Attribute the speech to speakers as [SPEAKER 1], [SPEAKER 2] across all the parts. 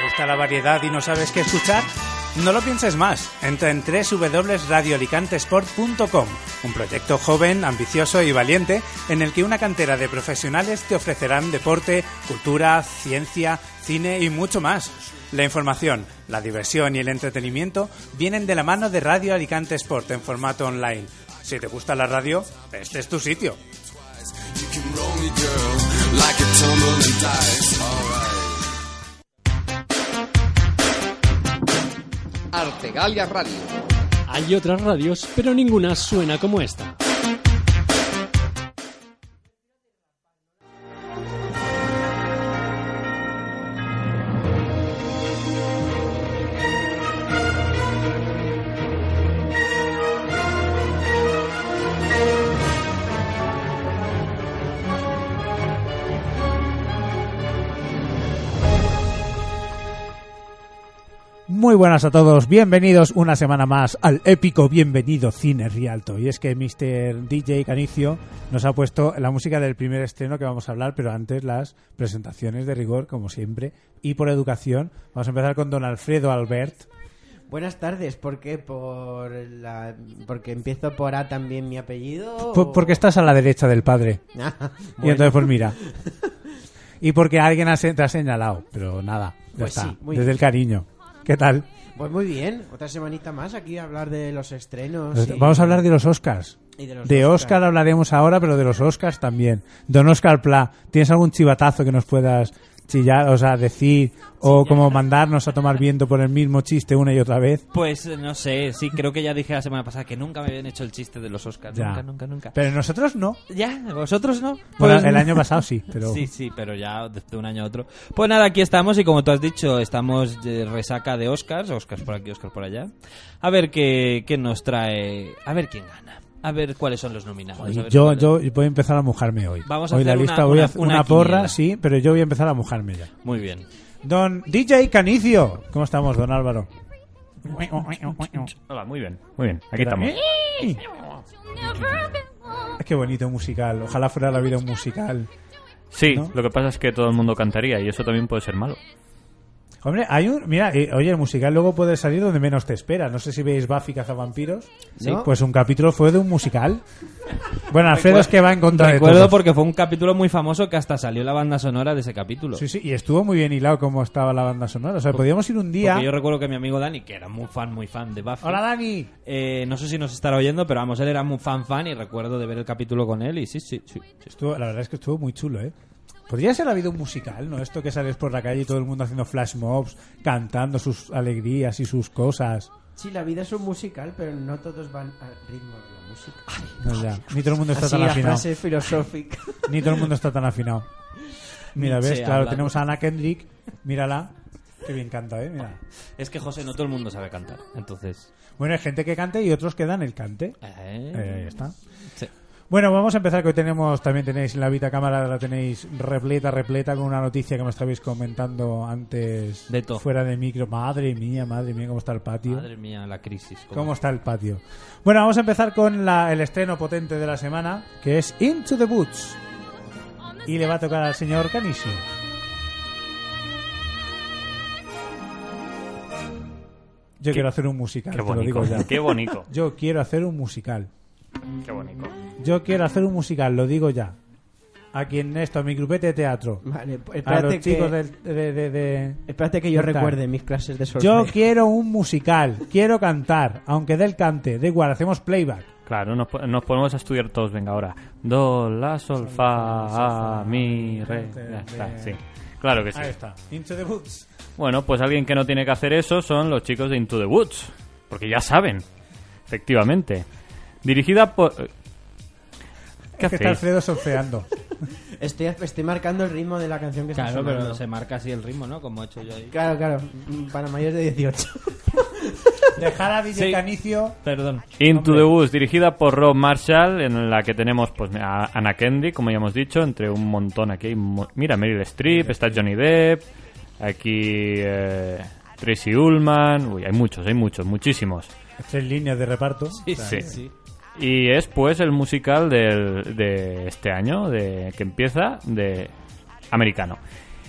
[SPEAKER 1] encanta la variedad y no sabes qué escuchar? No lo pienses más. Entra en www.radioalicantesport.com, un proyecto joven, ambicioso y valiente en el que una cantera de profesionales te ofrecerán deporte, cultura, ciencia, cine y mucho más. La información, la diversión y el entretenimiento vienen de la mano de Radio Alicante Sport en formato online. Si te gusta la radio, este es tu sitio.
[SPEAKER 2] Artegalia Radio.
[SPEAKER 3] Hay otras radios, pero ninguna suena como esta.
[SPEAKER 4] Muy buenas a todos, bienvenidos una semana más al épico bienvenido Cine Rialto. Y es que Mr. DJ Canicio nos ha puesto la música del primer estreno que vamos a hablar, pero antes las presentaciones de rigor, como siempre, y por educación. Vamos a empezar con don Alfredo Albert.
[SPEAKER 5] Buenas tardes, ¿por qué? ¿Por la... ¿Porque empiezo por A también mi apellido?
[SPEAKER 4] Por-
[SPEAKER 5] o-
[SPEAKER 4] porque estás a la derecha del padre.
[SPEAKER 5] Ah,
[SPEAKER 4] Y
[SPEAKER 5] Oh. bueno,
[SPEAKER 4] entonces, pues mira. Y porque alguien ha se- te ha señalado, pero nada, ya
[SPEAKER 5] Pues
[SPEAKER 4] está.
[SPEAKER 5] sí, muy
[SPEAKER 4] desde
[SPEAKER 5] bien.
[SPEAKER 4] el cariño. ¿Qué tal?
[SPEAKER 5] Pues muy bien, otra semanita más aquí a hablar de los estrenos.
[SPEAKER 6] Pues
[SPEAKER 5] y-
[SPEAKER 4] Pues Vamos a hablar de los Oscars.
[SPEAKER 5] y de los
[SPEAKER 4] De Oscar
[SPEAKER 5] Oscar.
[SPEAKER 4] hablaremos ahora, pero de los Oscars también. Don Oscar Pla, ¿tienes algún chivatazo que nos puedas chillar, o sea, decir, o como mandarnos a tomar viento por el mismo chiste una y otra vez?
[SPEAKER 6] Pues no sé, sí, creo que ya dije la semana pasada que nunca me habían hecho el chiste de los Oscars.
[SPEAKER 4] Ya.
[SPEAKER 6] Nunca, nunca, nunca.
[SPEAKER 4] Pero nosotros no.
[SPEAKER 6] Ya, vosotros no.
[SPEAKER 4] Bueno,
[SPEAKER 6] Pues
[SPEAKER 4] el
[SPEAKER 6] no.
[SPEAKER 4] año pasado sí, pero...
[SPEAKER 6] Sí, sí, pero ya de un año a otro. Pues nada, aquí estamos y como tú has dicho, estamos de resaca de Oscars. Oscars por aquí, Oscars por allá. A ver qué, qué nos trae. A ver quién gana. A ver cuáles son los nominados.
[SPEAKER 4] Oye,
[SPEAKER 6] a ver
[SPEAKER 4] yo,
[SPEAKER 6] cuáles-
[SPEAKER 4] yo voy a empezar a mojarme hoy.
[SPEAKER 6] Vamos a
[SPEAKER 4] hoy la
[SPEAKER 6] hacer
[SPEAKER 4] lista
[SPEAKER 6] una-
[SPEAKER 4] voy a
[SPEAKER 6] una-
[SPEAKER 4] hacer
[SPEAKER 6] una
[SPEAKER 4] una porra,
[SPEAKER 6] quiniela.
[SPEAKER 4] sí, pero yo voy a empezar a mojarme ya.
[SPEAKER 6] Muy bien.
[SPEAKER 4] Don DJ Canicio, ¿cómo estamos, don Álvaro?
[SPEAKER 7] Hola, muy bien, muy bien. Aquí
[SPEAKER 4] ¿Qué tal? ¿Eh?
[SPEAKER 7] estamos.
[SPEAKER 6] ¿Eh?
[SPEAKER 4] Qué bonito musical. Ojalá fuera la vida un musical.
[SPEAKER 7] Sí,
[SPEAKER 4] ¿No? Ah,
[SPEAKER 7] lo que pasa es que todo el mundo cantaría y eso también puede ser malo.
[SPEAKER 4] Hombre, hay un. Mira, eh, oye, el musical luego puede salir donde menos te espera. No sé si veis Buffy Cazavampiros.
[SPEAKER 5] Sí.
[SPEAKER 4] Pues un capítulo fue de un musical. Bueno, Alfredo es que va en contra de
[SPEAKER 6] Recuerdo
[SPEAKER 4] todo.
[SPEAKER 6] porque fue un capítulo muy famoso que hasta salió la banda sonora de ese capítulo.
[SPEAKER 4] Sí, sí, y estuvo muy bien hilado como estaba la banda sonora. O sea, podíamos ir un día.
[SPEAKER 6] Porque yo recuerdo que mi amigo Dani, que era muy fan, muy fan de Buffy.
[SPEAKER 4] Hola, Dani.
[SPEAKER 6] eh, no sé si nos estará oyendo, pero vamos, él era muy fan fan y recuerdo de ver el capítulo con él y sí, sí, sí. sí.
[SPEAKER 4] Estuvo- la verdad es que estuvo muy chulo, ¿eh? Podría ser habido un musical, ¿no? Esto que sales por la calle y todo el mundo haciendo flash mobs, cantando sus alegrías y sus cosas.
[SPEAKER 5] Sí, la vida es un musical, pero no todos van al ritmo de la música.
[SPEAKER 4] No, Pues ya. Ni todo el mundo está
[SPEAKER 5] Así
[SPEAKER 4] tan
[SPEAKER 5] la
[SPEAKER 4] afinado.
[SPEAKER 5] frase filosófica.
[SPEAKER 4] Ni todo el mundo está tan afinado. Mira, ves,
[SPEAKER 6] Nietzsche
[SPEAKER 4] claro,
[SPEAKER 6] hablando.
[SPEAKER 4] tenemos a Ana Kendrick, mírala, que bien canta, ¿eh? Mira.
[SPEAKER 6] Es que José no todo el mundo sabe cantar, entonces.
[SPEAKER 4] Bueno, hay gente que cante y otros que dan el cante.
[SPEAKER 6] eh,
[SPEAKER 4] Eh, ahí está.
[SPEAKER 6] sí.
[SPEAKER 4] Bueno, vamos a empezar que hoy tenemos, también tenéis en la Vita Cámara, la tenéis repleta, repleta con una noticia que me estabais comentando antes
[SPEAKER 6] De todo.
[SPEAKER 4] fuera de micro. Madre mía, madre mía, cómo está el patio.
[SPEAKER 6] Madre mía, la crisis. ¿cómo?
[SPEAKER 4] ¿Cómo está el patio? Bueno, vamos a empezar con la- el estreno potente de la semana, que es Into the Boots. Y le va a tocar al señor Canicio. Yo quiero hacer un musical,
[SPEAKER 7] Qué
[SPEAKER 4] te lo digo
[SPEAKER 7] bonito,
[SPEAKER 4] ya.
[SPEAKER 7] qué bonito,
[SPEAKER 4] Yo quiero hacer un musical.
[SPEAKER 7] qué bonito.
[SPEAKER 4] Yo quiero hacer un musical, lo digo ya. Aquí en esto, a mi grupete de teatro.
[SPEAKER 5] Vale, pues
[SPEAKER 4] A
[SPEAKER 5] espérate
[SPEAKER 4] los chicos
[SPEAKER 5] que...
[SPEAKER 4] del- de- de- de,
[SPEAKER 5] Espérate que yo
[SPEAKER 4] Total.
[SPEAKER 5] recuerde mis clases
[SPEAKER 7] Pues
[SPEAKER 5] de solfeo.
[SPEAKER 4] Yo quiero un musical, quiero cantar, aunque del cante, da igual, hacemos playback.
[SPEAKER 7] Claro, nos, po- nos ponemos a estudiar todos, venga, ahora. Do, la, sol, fa, a, mi, re. Ya está, sí. Claro que sí.
[SPEAKER 4] Ahí está, Into the Boots.
[SPEAKER 7] Bueno, pues alguien que no tiene que hacer eso son los chicos de Into the Woods, porque ya saben, efectivamente. Dirigida por... eh, ¿Qué
[SPEAKER 4] Es que está
[SPEAKER 7] hacéis?
[SPEAKER 4] Alfredo solfeando.
[SPEAKER 5] Estoy, estoy marcando el ritmo de la canción que está
[SPEAKER 6] Claro,
[SPEAKER 5] sonando.
[SPEAKER 6] pero se marca así el ritmo, ¿no? Como he hecho yo ahí.
[SPEAKER 5] Claro, claro. Para mayores de 18.
[SPEAKER 4] Dejar a DJ
[SPEAKER 6] Sí.
[SPEAKER 4] Canicio.
[SPEAKER 6] Perdón.
[SPEAKER 7] Into the Woods, dirigida por Rob Marshall, en la que tenemos pues, a Anna Kendrick, como ya hemos dicho, entre un montón aquí. hay un mo- Mira, Meryl Streep, está Johnny Depp, aquí eh, Tracy Ullman, uy, hay muchos, hay muchos, muchísimos.
[SPEAKER 4] Tres líneas de reparto.
[SPEAKER 7] Sí. Y es pues el musical del- de este año, de que empieza, de americano.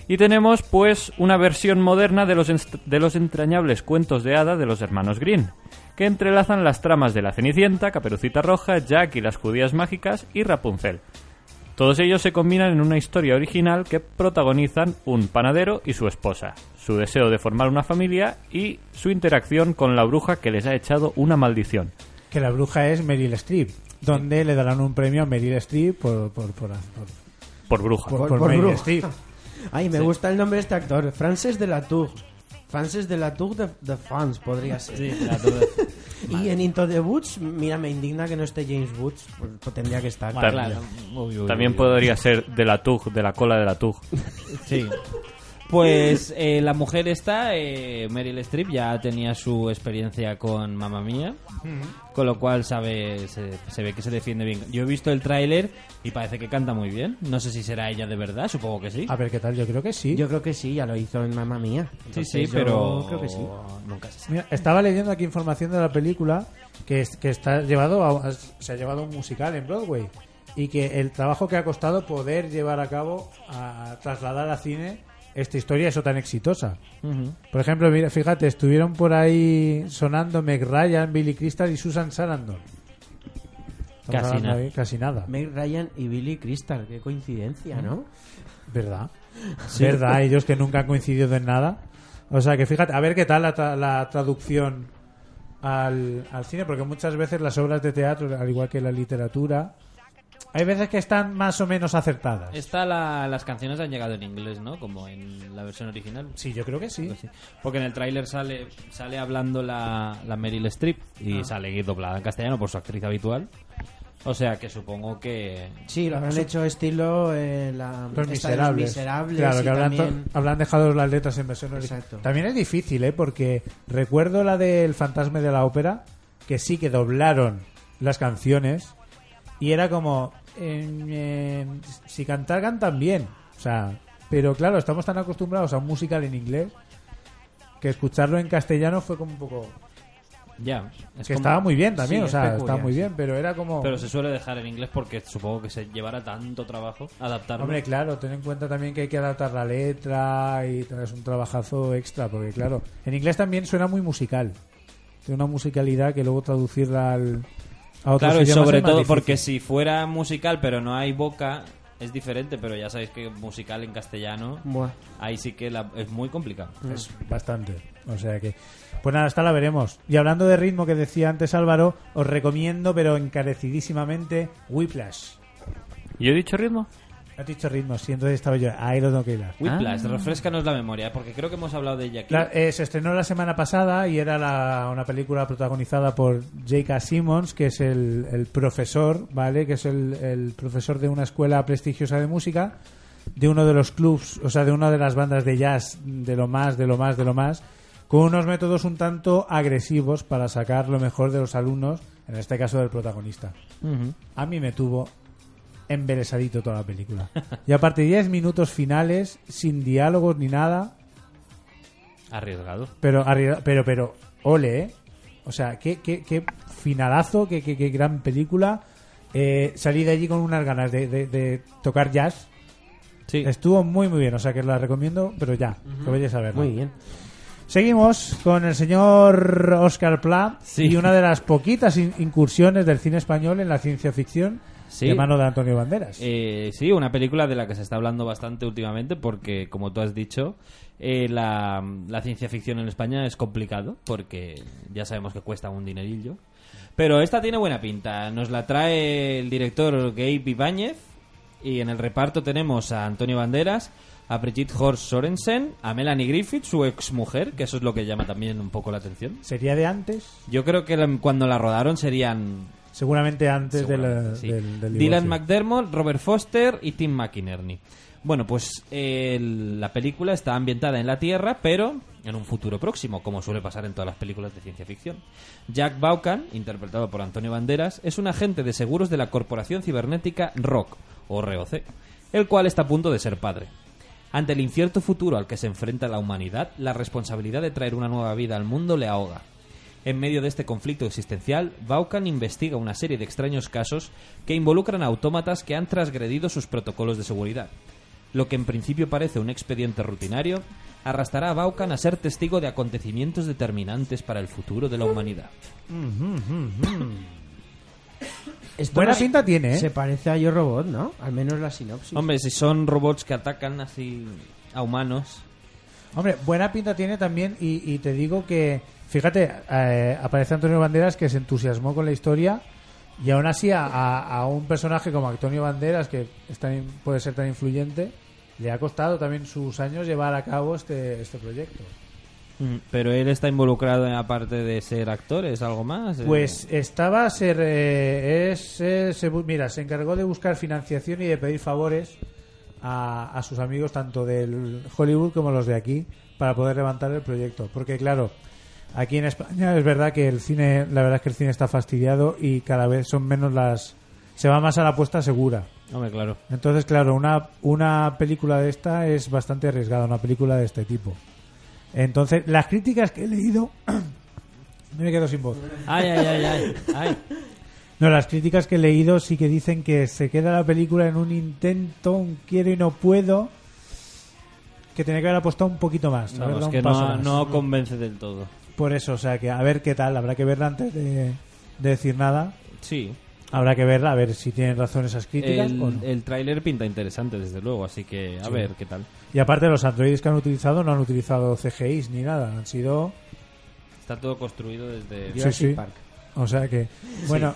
[SPEAKER 7] Y tenemos, pues, una versión moderna de los, enst- de los entrañables cuentos de hada de los hermanos Green, que entrelazan las tramas de La Cenicienta, Caperucita Roja, Jack y las Judías Mágicas y Rapunzel. Todos ellos se combinan en una historia original que protagonizan un panadero y su esposa, su deseo de formar una familia y su interacción con la bruja que les ha echado una maldición.
[SPEAKER 4] Que la bruja es Meryl Streep, donde le darán un premio a Meryl Streep por, por, por, por-
[SPEAKER 7] Por bruja.
[SPEAKER 4] por-
[SPEAKER 5] Por-
[SPEAKER 4] por
[SPEAKER 5] por
[SPEAKER 4] Meryl
[SPEAKER 5] bruja.
[SPEAKER 4] Streep.
[SPEAKER 5] Ay, me gusta el nombre de este actor. Frances de la Tour. Frances de la Tour de, de France, podría ser. y en Into the Woods, mira, me indigna que no esté James Woods. Pues, pues tendría que estar.
[SPEAKER 7] Vale.
[SPEAKER 6] Claro. Uy, uy,
[SPEAKER 7] También
[SPEAKER 6] uy.
[SPEAKER 7] podría ser de la tug, de la cola de la tug.
[SPEAKER 6] Sí. Pues eh, la mujer esta, eh, Meryl Streep, ya tenía su experiencia con Mamma Mía, con lo cual sabe, se, se ve que se defiende bien. Yo he visto el tráiler y parece que canta muy bien. No sé si será ella de verdad, supongo que sí.
[SPEAKER 4] A ver qué tal, yo creo que sí.
[SPEAKER 5] Yo creo que sí, ya lo hizo en Mamma Mía.
[SPEAKER 6] sí, sí,
[SPEAKER 5] Entonces, yo
[SPEAKER 6] pero
[SPEAKER 5] Creo que sí.
[SPEAKER 6] nunca se sabe.
[SPEAKER 4] Mira, estaba leyendo aquí información de la película que, es- que está llevado a- se ha llevado a un musical en Broadway y que el trabajo que ha costado poder llevar a cabo a trasladar a cine esta historia eso tan exitosa. Por ejemplo, mira, fíjate, estuvieron por ahí sonando Meg Ryan, Billy Crystal y Susan Sarandon. Estamos
[SPEAKER 6] Casi
[SPEAKER 4] hablando
[SPEAKER 6] nada.
[SPEAKER 4] ahí- casi nada.
[SPEAKER 5] Meg Ryan y Billy Crystal, qué coincidencia, ¿no?
[SPEAKER 4] ¿Verdad? ¿Verdad? Ellos que nunca han coincidido en nada. O sea que fíjate, a ver qué tal la, tra- la traducción al, al cine, porque muchas veces las obras de teatro, al igual que la literatura, hay veces que están más o menos acertadas.
[SPEAKER 6] Esta la- las canciones han llegado en inglés, ¿no? Como en la versión original.
[SPEAKER 4] Sí, yo creo que sí.
[SPEAKER 6] Pues sí. Porque en el tráiler sale sale hablando la, la Meryl Streep
[SPEAKER 4] Ah.
[SPEAKER 6] y sale doblada en castellano por su actriz habitual. O sea que supongo que
[SPEAKER 5] Sí, lo habrán hecho estilo eh, la,
[SPEAKER 4] Los
[SPEAKER 5] esta de
[SPEAKER 4] miserables.
[SPEAKER 5] miserables
[SPEAKER 4] Claro,
[SPEAKER 5] y
[SPEAKER 4] que habrán,
[SPEAKER 5] también-
[SPEAKER 4] to- habrán dejado las letras en versión original.
[SPEAKER 5] Exacto.
[SPEAKER 4] También es difícil, ¿eh? Porque recuerdo la del Fantasma de la Ópera, que sí que doblaron las canciones y era como, eh, eh, si cantar, cantan bien. O sea, pero claro, estamos tan acostumbrados a un musical en inglés que escucharlo en castellano fue como un poco...
[SPEAKER 6] ya. Es
[SPEAKER 4] que
[SPEAKER 6] como-
[SPEAKER 4] estaba muy bien también,
[SPEAKER 5] Sí,
[SPEAKER 4] o
[SPEAKER 5] es
[SPEAKER 4] sea,
[SPEAKER 5] peculiar,
[SPEAKER 4] estaba muy
[SPEAKER 5] sí.
[SPEAKER 4] bien, pero era como...
[SPEAKER 6] Pero se suele dejar en inglés porque supongo que se llevará tanto trabajo adaptarlo.
[SPEAKER 4] Hombre, claro, ten en cuenta también que hay que adaptar la letra y tal, es un trabajazo extra, porque claro, en inglés también suena muy musical. Tiene una musicalidad que luego traducirla al, a otros
[SPEAKER 6] Claro, y
[SPEAKER 4] idiomas
[SPEAKER 6] sobre
[SPEAKER 4] es más
[SPEAKER 6] todo
[SPEAKER 4] difícil.
[SPEAKER 6] porque si fuera musical pero no hay boca es diferente, pero ya sabéis que musical en castellano
[SPEAKER 4] Mm.
[SPEAKER 5] Buah.
[SPEAKER 6] ahí sí que la- es muy complicado.
[SPEAKER 4] Es bastante. O sea que... Pues nada, hasta la veremos. Y hablando de ritmo que decía antes Álvaro, os recomiendo, pero encarecidísimamente, Whiplash.
[SPEAKER 7] ¿Yo he dicho ritmo?
[SPEAKER 4] No he dicho ritmo, sí, entonces estaba yo, ahí lo tengo que hilar.
[SPEAKER 6] Whiplash, refrescanos la memoria porque creo que hemos hablado de ella aquí.
[SPEAKER 4] Ah. La- eh, se estrenó la semana pasada y era la- una película protagonizada por J.K. Simmons, que es el, el profesor, ¿vale? Que es el, el profesor de una escuela prestigiosa de música, de uno de los clubs, o sea, de una de las bandas de jazz, de lo más, de lo más, de lo más, con unos métodos un tanto agresivos para sacar lo mejor de los alumnos, en este caso del protagonista. A mí me tuvo embelesadito toda la película. Y aparte, 10 minutos finales, sin diálogos ni nada,
[SPEAKER 6] Arriesgado.
[SPEAKER 4] pero, arriba- pero, pero, ole, ¿eh? O sea, qué, qué, qué finalazo, qué, qué, qué gran película. Eh, salí de allí con unas ganas de, de- de tocar jazz.
[SPEAKER 6] Sí.
[SPEAKER 4] Estuvo muy, muy bien. O sea, que la recomiendo, pero ya, que vayas a verla.
[SPEAKER 5] Muy bien.
[SPEAKER 4] Seguimos con el señor Oscar Pla
[SPEAKER 6] Sí.
[SPEAKER 4] y una de las poquitas in- incursiones del cine español en la ciencia ficción
[SPEAKER 6] Sí.
[SPEAKER 4] de mano de Antonio Banderas.
[SPEAKER 6] Eh, sí, una película de la que se está hablando bastante últimamente porque, como tú has dicho, eh, la, la ciencia ficción en España es complicado porque ya sabemos que cuesta un dinerillo. Pero esta tiene buena pinta. Nos la trae el director Gabe Ibáñez y en el reparto tenemos a Antonio Banderas, a Brigitte Horst Sorensen, a Melanie Griffith, su exmujer, que eso es lo que llama también un poco la atención.
[SPEAKER 4] Sería de antes,
[SPEAKER 6] Yo creo que la- cuando la rodaron serían
[SPEAKER 4] seguramente antes de la-
[SPEAKER 6] Seguramente, sí.
[SPEAKER 4] del, del
[SPEAKER 6] Dylan
[SPEAKER 4] divorcio.
[SPEAKER 6] McDermott, Robert Foster y Tim McInerney. Bueno, pues eh, la película está ambientada en la Tierra, pero en un futuro próximo, como suele pasar en todas las películas de ciencia ficción. Jack Baucan, interpretado por Antonio Banderas, es un agente de seguros de la corporación cibernética ROC, o ROC, el cual está a punto de ser padre. Ante el incierto futuro al que se enfrenta la humanidad, la responsabilidad de traer una nueva vida al mundo le ahoga. En medio de este conflicto existencial, Vaughan investiga una serie de extraños casos que involucran a autómatas que han transgredido sus protocolos de seguridad. lo que en principio parece un expediente rutinario, arrastrará a Vaughan a ser testigo de acontecimientos determinantes para el futuro de la humanidad.
[SPEAKER 5] Esto
[SPEAKER 4] Buena
[SPEAKER 5] no se-
[SPEAKER 4] pinta tiene, ¿eh?
[SPEAKER 5] Se parece a Yo Robot, ¿no? Al menos la sinopsis.
[SPEAKER 6] Hombre, si son robots que atacan así a humanos.
[SPEAKER 4] Hombre, buena pinta tiene también y, y te digo que, fíjate, eh, aparece Antonio Banderas que se entusiasmó con la historia y aún así a, a- a un personaje como Antonio Banderas, que es tan in- puede ser tan influyente, le ha costado también sus años llevar a cabo este, este proyecto.
[SPEAKER 6] Mm, Pero él está involucrado en la parte de ser actor, ¿es algo más? Eh,
[SPEAKER 4] Pues estaba, se, re- es, eh, se bu- mira, se encargó de buscar financiación y de pedir favores a, a sus amigos, tanto del Hollywood como los de aquí, para poder levantar el proyecto. Porque claro, aquí en España es verdad que el cine, la verdad es que el cine está fastidiado y cada vez son menos las, se va más a la apuesta segura.
[SPEAKER 6] Hombre, claro.
[SPEAKER 4] Entonces, claro, una, una película de esta es bastante arriesgada, una película de este tipo. Entonces, las críticas que he leído... me quedo sin voz.
[SPEAKER 6] Ay, ay, ay, ay. ay.
[SPEAKER 4] No, las críticas que he leído sí que dicen que se queda la película en un intento, un quiero y no puedo, que tenía que haber apostado un poquito más. haber
[SPEAKER 6] Vamos,
[SPEAKER 4] dado un
[SPEAKER 6] que
[SPEAKER 4] paso
[SPEAKER 6] no,
[SPEAKER 4] más.
[SPEAKER 6] no convence del todo.
[SPEAKER 4] Por eso, o sea, que a ver qué tal, habrá que verla antes de, de decir nada.
[SPEAKER 6] Sí.
[SPEAKER 4] Habrá que verla, a ver si tienen razón esas críticas o
[SPEAKER 6] El,
[SPEAKER 4] no.
[SPEAKER 6] el tráiler pinta interesante, desde luego, así que a ver qué tal.
[SPEAKER 4] Y aparte, los androides que han utilizado no han utilizado CGIs ni nada, han sido...
[SPEAKER 6] Está todo construido desde...
[SPEAKER 4] Sí, sí. O sea que, bueno,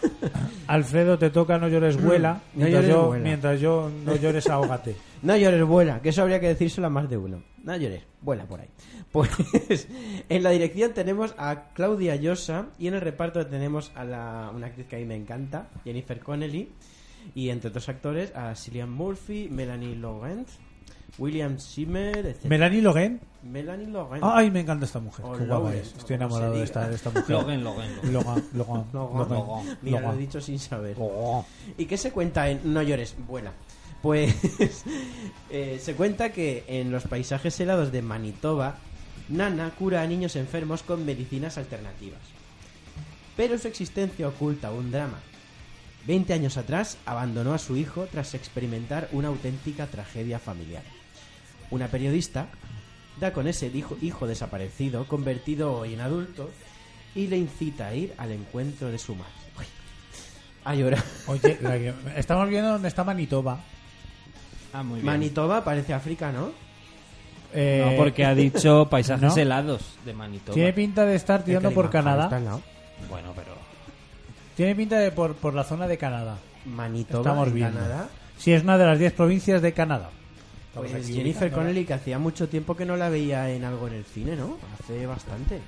[SPEAKER 4] Alfredo, te toca no llores,
[SPEAKER 6] Mm,
[SPEAKER 4] vuela.
[SPEAKER 5] No
[SPEAKER 4] mientras,
[SPEAKER 5] llores,
[SPEAKER 4] yo,
[SPEAKER 5] vuela.
[SPEAKER 4] mientras yo no llores, ahógate.
[SPEAKER 5] No llores, vuela, que eso habría que decírselo a más de uno. No llores, vuela por ahí. Pues en la dirección tenemos a Claudia Llosa y en el reparto tenemos a la, una actriz que a mí me encanta, Jennifer Connelly, y entre otros actores a Cillian Murphy, Melanie Laurent, William Zimmer, etc.
[SPEAKER 4] Melanie Logan
[SPEAKER 5] Melanie Laurent.
[SPEAKER 4] Ay, me encanta esta mujer.
[SPEAKER 5] O
[SPEAKER 4] Qué guapa
[SPEAKER 5] Oh, Logan,
[SPEAKER 4] es.
[SPEAKER 5] o
[SPEAKER 4] Estoy
[SPEAKER 5] como
[SPEAKER 4] enamorado
[SPEAKER 5] se
[SPEAKER 4] de esta,
[SPEAKER 5] diga.
[SPEAKER 4] de esta mujer.
[SPEAKER 6] Logan, Logan, Logan.
[SPEAKER 4] Logan, Logan,
[SPEAKER 5] Logan.
[SPEAKER 4] Logan,
[SPEAKER 5] Mira, lo he
[SPEAKER 4] Logan.
[SPEAKER 5] dicho sin saber.
[SPEAKER 6] Oh.
[SPEAKER 5] ¿Y qué se cuenta en No llores? Buena. Pues eh, se cuenta que en los paisajes helados de Manitoba, Nana cura a niños enfermos con medicinas alternativas. Pero su existencia oculta un drama. Veinte años atrás abandonó a su hijo tras experimentar una auténtica tragedia familiar. Una periodista da con ese hijo, hijo desaparecido, convertido hoy en adulto, y le incita a ir al encuentro de su madre. Uy, a llorar.
[SPEAKER 4] Oye, la que- estamos viendo dónde está Manitoba.
[SPEAKER 6] Ah, muy bien.
[SPEAKER 5] Manitoba parece África, ¿no?
[SPEAKER 4] Eh,
[SPEAKER 6] No, porque ha dicho paisajes
[SPEAKER 4] ¿no?
[SPEAKER 6] helados de Manitoba.
[SPEAKER 4] tiene pinta de estar tirando
[SPEAKER 5] El
[SPEAKER 4] por
[SPEAKER 5] Kilimanjaro está
[SPEAKER 4] Canadá.
[SPEAKER 5] al lado.
[SPEAKER 6] Bueno, pero...
[SPEAKER 4] Tiene pinta de por, por la zona de Canadá.
[SPEAKER 5] Manitoba,
[SPEAKER 4] Estamos
[SPEAKER 5] en
[SPEAKER 4] viendo.
[SPEAKER 5] Canadá.
[SPEAKER 4] Sí, es una de las 10 provincias de Canadá. Estamos
[SPEAKER 5] Pues
[SPEAKER 4] aquí
[SPEAKER 5] Jennifer
[SPEAKER 4] ubicándola.
[SPEAKER 5] Connelly, que hacía mucho tiempo que no la veía en algo en el cine, ¿no? Hace bastante.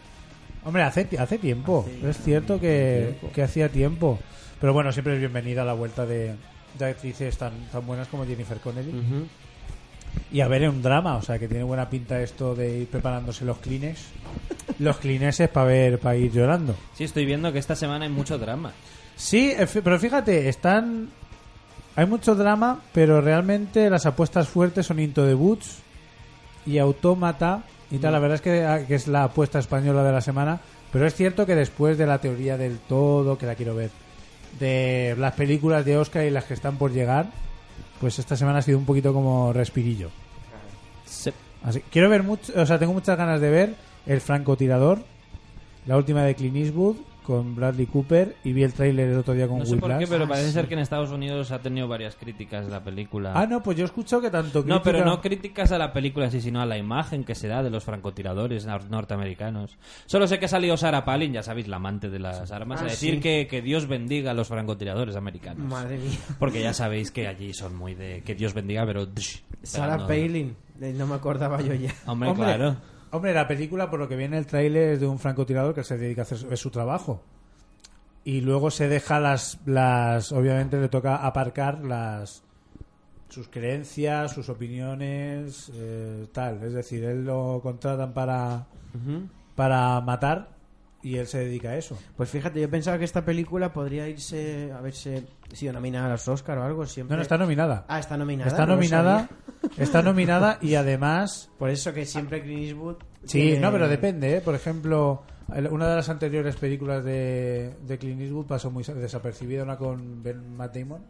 [SPEAKER 4] Hombre, hace, ti- hace tiempo.
[SPEAKER 5] Hace-
[SPEAKER 4] es cierto que,
[SPEAKER 5] tiempo.
[SPEAKER 4] que hacía tiempo. Pero bueno, siempre es bienvenida a la vuelta de, de actrices tan, tan buenas como Jennifer Connelly. Y a ver, es un drama, o sea, que tiene buena pinta esto de ir preparándose los clines. Los clineses para ver, para ir llorando.
[SPEAKER 6] Sí, estoy viendo que esta semana hay mucho drama.
[SPEAKER 4] Sí, eh, fi- pero fíjate, están. Hay mucho drama, pero realmente las apuestas fuertes son Into the Woods y Autómata y tal. La verdad es que, ah, que es la apuesta española de la semana. Pero es cierto que después de la teoría del todo, que la quiero ver, de las películas de Oscar y las que están por llegar, pues esta semana ha sido un poquito como respirillo. Así, quiero ver mucho, o sea, tengo muchas ganas de ver El francotirador, la última de Clint Eastwood con Bradley Cooper y vi el tráiler el otro día con
[SPEAKER 6] No sé por
[SPEAKER 4] Whiplash.
[SPEAKER 6] qué, pero parece
[SPEAKER 4] Ah,
[SPEAKER 6] ser
[SPEAKER 4] sí.
[SPEAKER 6] que en Estados Unidos ha tenido varias críticas la película.
[SPEAKER 4] Ah, no, pues yo escucho que tanto
[SPEAKER 6] No, pero
[SPEAKER 4] crítica-
[SPEAKER 6] no críticas a la película, sí, sino a la imagen que se da de los francotiradores nor- norteamericanos. Solo sé que ha salido Sarah Palin, ya sabéis, la amante de las armas,
[SPEAKER 5] Ah,
[SPEAKER 6] a decir
[SPEAKER 5] sí.
[SPEAKER 6] que, que Dios bendiga a los francotiradores americanos.
[SPEAKER 5] Madre mía.
[SPEAKER 6] Porque ya sabéis que allí son muy de que Dios bendiga, pero... tsh, pero
[SPEAKER 5] Sarah
[SPEAKER 6] no-
[SPEAKER 5] Palin, eh, no me acordaba yo ya.
[SPEAKER 6] Hombre, claro.
[SPEAKER 4] Hombre, la película, por lo que viene el tráiler, es de un francotirador que se dedica a hacer su, es su trabajo. Y luego se deja las, las... Obviamente le toca aparcar las sus creencias, sus opiniones, eh, tal. Es decir, él lo contratan para, para matar y él se dedica a eso.
[SPEAKER 5] Pues fíjate, yo pensaba que esta película podría irse, haberse sido nominada a los Oscar o algo. Siempre...
[SPEAKER 4] No, no, está nominada.
[SPEAKER 5] Ah, está nominada.
[SPEAKER 4] está
[SPEAKER 5] no lo
[SPEAKER 4] nominada.
[SPEAKER 5] sabía.
[SPEAKER 4] Está nominada y además...
[SPEAKER 5] Por eso que siempre Clint Eastwood.
[SPEAKER 4] Sí,
[SPEAKER 5] tiene-
[SPEAKER 4] no, pero depende, ¿eh? Por ejemplo, el- una de las anteriores películas de, de Clint Eastwood pasó muy sa- desapercibida, una con Ben Matt Damon,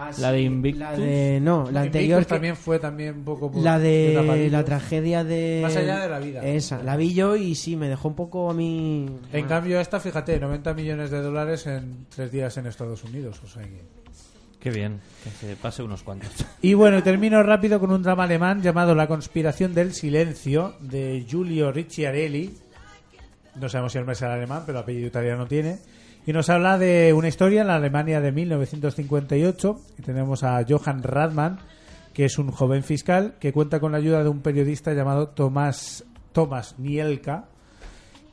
[SPEAKER 5] Ah,
[SPEAKER 6] la de
[SPEAKER 5] sí,
[SPEAKER 6] Invictus.
[SPEAKER 5] La de, no, la anterior.
[SPEAKER 4] Invictus
[SPEAKER 5] que-
[SPEAKER 4] también fue también un poco... por-
[SPEAKER 5] la de
[SPEAKER 4] tapadillo.
[SPEAKER 5] la tragedia de.
[SPEAKER 4] Más allá de la vida.
[SPEAKER 5] Esa, la vi yo y sí, me dejó un poco a mí.
[SPEAKER 4] En
[SPEAKER 5] Ah,
[SPEAKER 4] cambio esta, fíjate, 90 millones de dólares en tres días en Estados Unidos. O sea que...
[SPEAKER 6] Qué bien, que se pase unos cuantos.
[SPEAKER 4] Y bueno, y termino rápido con un drama alemán llamado La conspiración del silencio de Giulio Ricciarelli. No sabemos si el mes será alemán, pero apellido italiano tiene. Y nos habla de una historia en la Alemania de 1958. Y tenemos a Johann Radmann, que es un joven fiscal que cuenta con la ayuda de un periodista llamado Tomás, Tomás Nielka,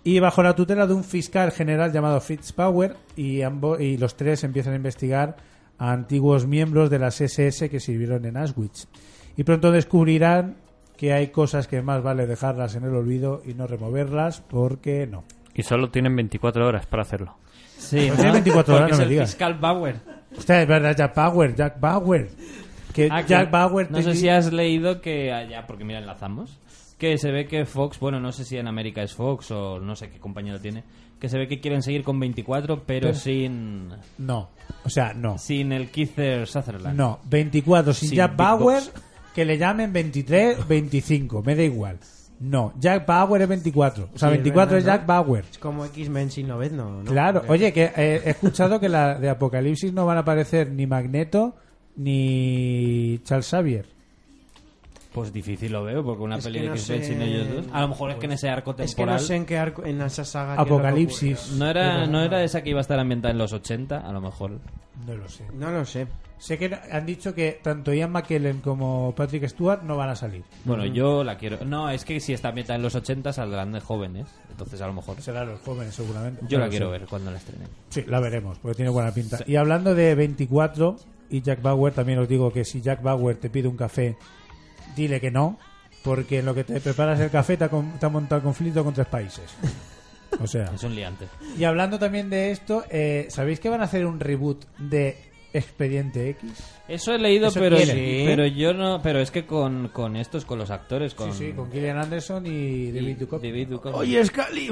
[SPEAKER 4] y bajo la tutela de un fiscal general llamado Fritz Bauer y ambos y los tres empiezan a investigar a antiguos miembros de las SS que sirvieron en Auschwitz y pronto descubrirán que hay cosas que más vale dejarlas en el olvido y no removerlas porque no.
[SPEAKER 7] Y solo tienen 24 horas para hacerlo.
[SPEAKER 6] Sí,
[SPEAKER 4] Pues tiene 24 horas,
[SPEAKER 6] Porque
[SPEAKER 4] no
[SPEAKER 6] es
[SPEAKER 4] me
[SPEAKER 6] el
[SPEAKER 4] digas.
[SPEAKER 6] fiscal Bauer.
[SPEAKER 4] Hostia, es verdad, Jack Bauer, Jack Bauer. Que
[SPEAKER 6] Ah,
[SPEAKER 4] Eh, Jack
[SPEAKER 6] que-
[SPEAKER 4] Bauer
[SPEAKER 6] No
[SPEAKER 4] te-
[SPEAKER 6] sé si has leído que allá, porque mira, enlazamos. Que se ve que Fox, bueno, no sé si en América es Fox o no sé qué compañía lo tiene. Que se ve que quieren seguir con 24, pero sin
[SPEAKER 4] No, o sea, no.
[SPEAKER 6] sin el Keith Sutherland.
[SPEAKER 4] No, 24 sin
[SPEAKER 6] Sin
[SPEAKER 4] Jack
[SPEAKER 6] Big
[SPEAKER 4] Bauer,
[SPEAKER 6] Boss.
[SPEAKER 4] que le llamen 23, 25, me da igual. No, Jack Bauer es 24. O sea,
[SPEAKER 5] Sí,
[SPEAKER 4] 24 es
[SPEAKER 5] es verdad,
[SPEAKER 4] Jack Bauer.
[SPEAKER 5] Es como X-Men sin novedno, ¿no?
[SPEAKER 4] Claro,
[SPEAKER 5] Porque-
[SPEAKER 4] oye, que eh, he escuchado que la de Apocalipsis no van a aparecer ni Magneto ni Charles Xavier.
[SPEAKER 6] Ah, Pues difícil lo veo, porque una
[SPEAKER 5] Es
[SPEAKER 6] peli
[SPEAKER 5] que
[SPEAKER 6] de
[SPEAKER 5] no
[SPEAKER 6] X-Men
[SPEAKER 5] sé-
[SPEAKER 6] sin ellos dos. A lo mejor es que en ese arco temporal.
[SPEAKER 5] Es que no sé en qué arco, en esa saga. qué es lo que
[SPEAKER 4] Apocalipsis.
[SPEAKER 6] No era, no era esa que iba a estar ambientada en los 80, a lo mejor.
[SPEAKER 4] No lo sé.
[SPEAKER 5] ocurre. No lo sé.
[SPEAKER 4] Sé que han dicho que tanto Ian McKellen como Patrick Stewart no van a salir.
[SPEAKER 6] Bueno, yo la quiero. No, es que si está ambientada en los 80 saldrán de jóvenes. Entonces, a lo mejor.
[SPEAKER 4] Serán los jóvenes, seguramente.
[SPEAKER 6] Yo la
[SPEAKER 4] No
[SPEAKER 6] quiero
[SPEAKER 4] sé.
[SPEAKER 6] ver cuando la estrenen.
[SPEAKER 4] Sí, la veremos, porque tiene buena pinta. Y hablando de 24 y Jack Bauer, también os digo que si Jack Bauer te pide un café, dile que no, porque en lo que te preparas el café te ha, con- te ha montado conflicto con tres países. O sea.
[SPEAKER 6] Es un liante.
[SPEAKER 4] Y hablando también de esto, eh, ¿sabéis que van a hacer un reboot de Expediente X?
[SPEAKER 6] Eso he leído,
[SPEAKER 4] Eso
[SPEAKER 6] pero,
[SPEAKER 4] quiere.
[SPEAKER 6] pero yo no. Pero es que con, con estos, con los actores, con.
[SPEAKER 4] Sí, sí, con Gillian Anderson y David Duchovny.
[SPEAKER 6] David Duchovny.
[SPEAKER 5] Scali.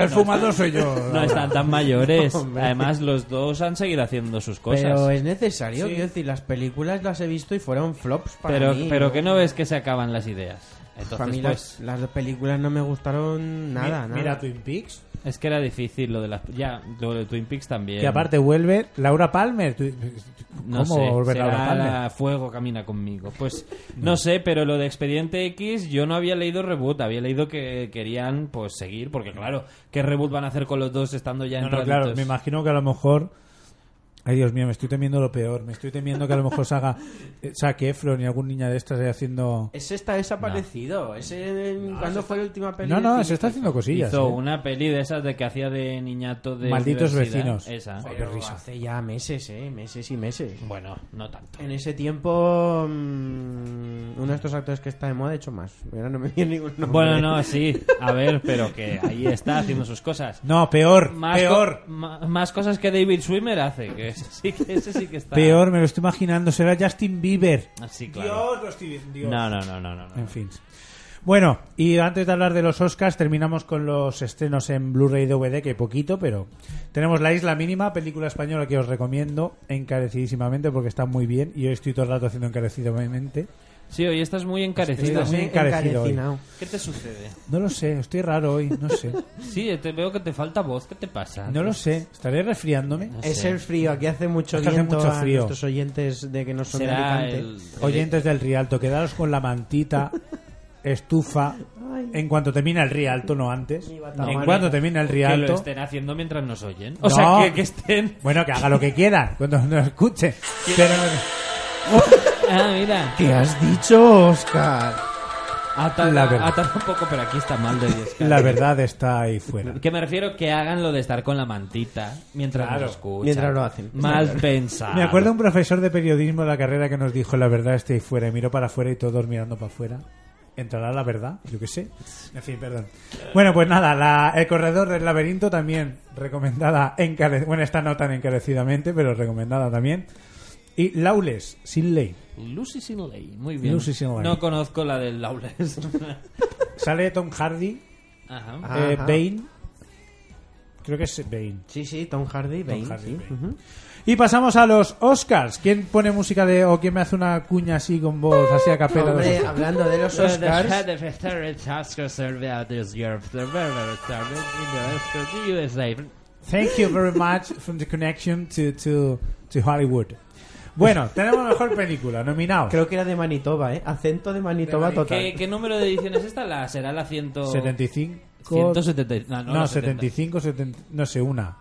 [SPEAKER 4] El fumador soy yo.
[SPEAKER 6] No están tan mayores. Además, los dos han seguido haciendo sus cosas.
[SPEAKER 5] Pero es necesario, quiero decir, las películas las he visto y fueron flops para
[SPEAKER 6] pero,
[SPEAKER 5] mí.
[SPEAKER 6] pero que no ves que se acaban las ideas. Entonces,
[SPEAKER 5] Para mí
[SPEAKER 6] pues,
[SPEAKER 5] las, las películas no me gustaron
[SPEAKER 4] Mi-
[SPEAKER 5] nada, nada.
[SPEAKER 4] Mira Twin Peaks.
[SPEAKER 6] es que era difícil lo de las. Ya, lo de Twin Peaks también.
[SPEAKER 4] Que aparte vuelve Laura Palmer. Tú-
[SPEAKER 6] No
[SPEAKER 4] ¿Cómo
[SPEAKER 6] sé,
[SPEAKER 4] volver
[SPEAKER 6] será
[SPEAKER 4] Laura Palmer?
[SPEAKER 6] la Fuego camina conmigo. Pues no sé, pero lo de Expediente X yo no había leído reboot, había leído que querían pues seguir, porque claro, ¿qué reboot van a hacer con los dos estando ya en
[SPEAKER 4] No, no,
[SPEAKER 6] ratitos?
[SPEAKER 4] claro, me imagino que a lo mejor. Ay, Dios mío, me estoy temiendo lo peor. Me estoy temiendo que a lo mejor salga eh, Zac Efron y alguna niña de estas ahí haciendo.
[SPEAKER 5] Ese está desaparecido. Ese, ¿Cuándo fue la última película?
[SPEAKER 4] No, no, se está haciendo cosillas.
[SPEAKER 6] Hizo
[SPEAKER 4] eh.
[SPEAKER 6] una peli de esas de que hacía de niñato de
[SPEAKER 4] Malditos
[SPEAKER 6] universidad,
[SPEAKER 4] vecinos.
[SPEAKER 6] Esa.
[SPEAKER 4] Joder.
[SPEAKER 5] Pero
[SPEAKER 4] Qué risa.
[SPEAKER 5] hace ya meses, ¿eh? Meses y meses.
[SPEAKER 6] Bueno, no tanto.
[SPEAKER 5] En ese tiempo, mm, uno de estos actores que está de moda ha hecho más. Ahora no me viene ningún nombre.
[SPEAKER 6] Bueno, no, sí, a ver, pero que ahí está haciendo sus cosas.
[SPEAKER 4] No, peor,
[SPEAKER 6] Más
[SPEAKER 4] peor.
[SPEAKER 6] co- ma- más cosas que David Swimmer hace, que ese sí que, ese sí que está.
[SPEAKER 4] Peor, me lo estoy imaginando. Será Justin Bieber.
[SPEAKER 6] Así, claro.
[SPEAKER 4] lo estoy viendo.
[SPEAKER 6] No, no, no, no, no. no.
[SPEAKER 4] En fin. Bueno, y antes de hablar de los Oscars, terminamos con los estrenos en Blu-ray y DVD, que poquito, pero tenemos La Isla Mínima, película española que os recomiendo encarecidísimamente porque está muy bien y hoy estoy todo el rato haciendo encarecidamente.
[SPEAKER 6] Sí, hoy estás muy encarecido.
[SPEAKER 4] Estás muy encarecido hoy.
[SPEAKER 5] encarecinao.
[SPEAKER 6] ¿Qué te sucede?
[SPEAKER 4] No lo sé, estoy raro hoy, no sé.
[SPEAKER 6] Sí, te veo que te falta voz. ¿Qué te pasa?
[SPEAKER 4] No lo sé, estaré resfriándome.
[SPEAKER 6] No
[SPEAKER 5] Es
[SPEAKER 6] sé.
[SPEAKER 5] el frío, aquí hace mucho
[SPEAKER 4] Es que hace
[SPEAKER 5] viento
[SPEAKER 4] mucho
[SPEAKER 5] a
[SPEAKER 4] frío.
[SPEAKER 5] nuestros oyentes de que no son de
[SPEAKER 6] Será
[SPEAKER 5] Alicante.
[SPEAKER 6] el...
[SPEAKER 4] Eh, Oyentes del Rialto, quedaros con la mantita, estufa, en cuanto termina el Rialto, no antes. En cuanto termina el
[SPEAKER 6] Que lo
[SPEAKER 4] Rialto.
[SPEAKER 6] estén haciendo mientras nos oyen. O
[SPEAKER 4] No.
[SPEAKER 6] sea, que, que estén...
[SPEAKER 4] Bueno, que haga lo que quiera cuando nos escuche. Pero
[SPEAKER 6] Ah, mira.
[SPEAKER 5] ¿Qué has dicho, Oscar?
[SPEAKER 6] Atada,
[SPEAKER 4] La verdad.
[SPEAKER 6] atada un poco, pero aquí está mal de Dios.
[SPEAKER 4] la verdad está ahí fuera.
[SPEAKER 6] Que me refiero que hagan lo de estar con la mantita mientras
[SPEAKER 4] Claro.
[SPEAKER 6] nos escuchan.
[SPEAKER 5] Mientras lo hacen.
[SPEAKER 6] Mal pensado.
[SPEAKER 4] Me acuerdo un profesor de periodismo de la carrera que nos dijo la verdad está ahí fuera y miró para afuera y todos mirando para afuera. ¿Entrará la verdad? Yo qué sé. En fin, perdón. Bueno, pues nada, la- el corredor del laberinto también recomendada encare- Bueno, esta no tan encarecidamente, pero recomendada también. Y Laules, sin ley.
[SPEAKER 6] Lucy sin ley. Muy bien.
[SPEAKER 4] Lucy sin ley.
[SPEAKER 6] No conozco la del Lawless.
[SPEAKER 4] Sale Tom Hardy,
[SPEAKER 6] Ajá.
[SPEAKER 5] Ajá.
[SPEAKER 4] eh, Bane, Creo que es Bane.
[SPEAKER 5] Sí, sí, Tom Hardy y Bane.
[SPEAKER 4] Hardy
[SPEAKER 5] sí.
[SPEAKER 4] y Bane.
[SPEAKER 5] Ujú.
[SPEAKER 4] Y pasamos a los Oscars. ¿Quién pone música de o quién me hace una cuña así con voz así a capela?
[SPEAKER 5] Hombre, hablando de los Oscars,
[SPEAKER 4] Thank you very much from the connection to, to, to Hollywood. Bueno, tenemos mejor película, nominado.
[SPEAKER 5] creo que era de Manitoba, ¿eh? Acento de Manitoba total.
[SPEAKER 6] ¿Qué, qué número de edición es esta? La, ¿Será la 100...
[SPEAKER 4] 75.
[SPEAKER 6] 170. No, no,
[SPEAKER 4] No,
[SPEAKER 6] la 70.
[SPEAKER 4] 75, 70, no sé, una.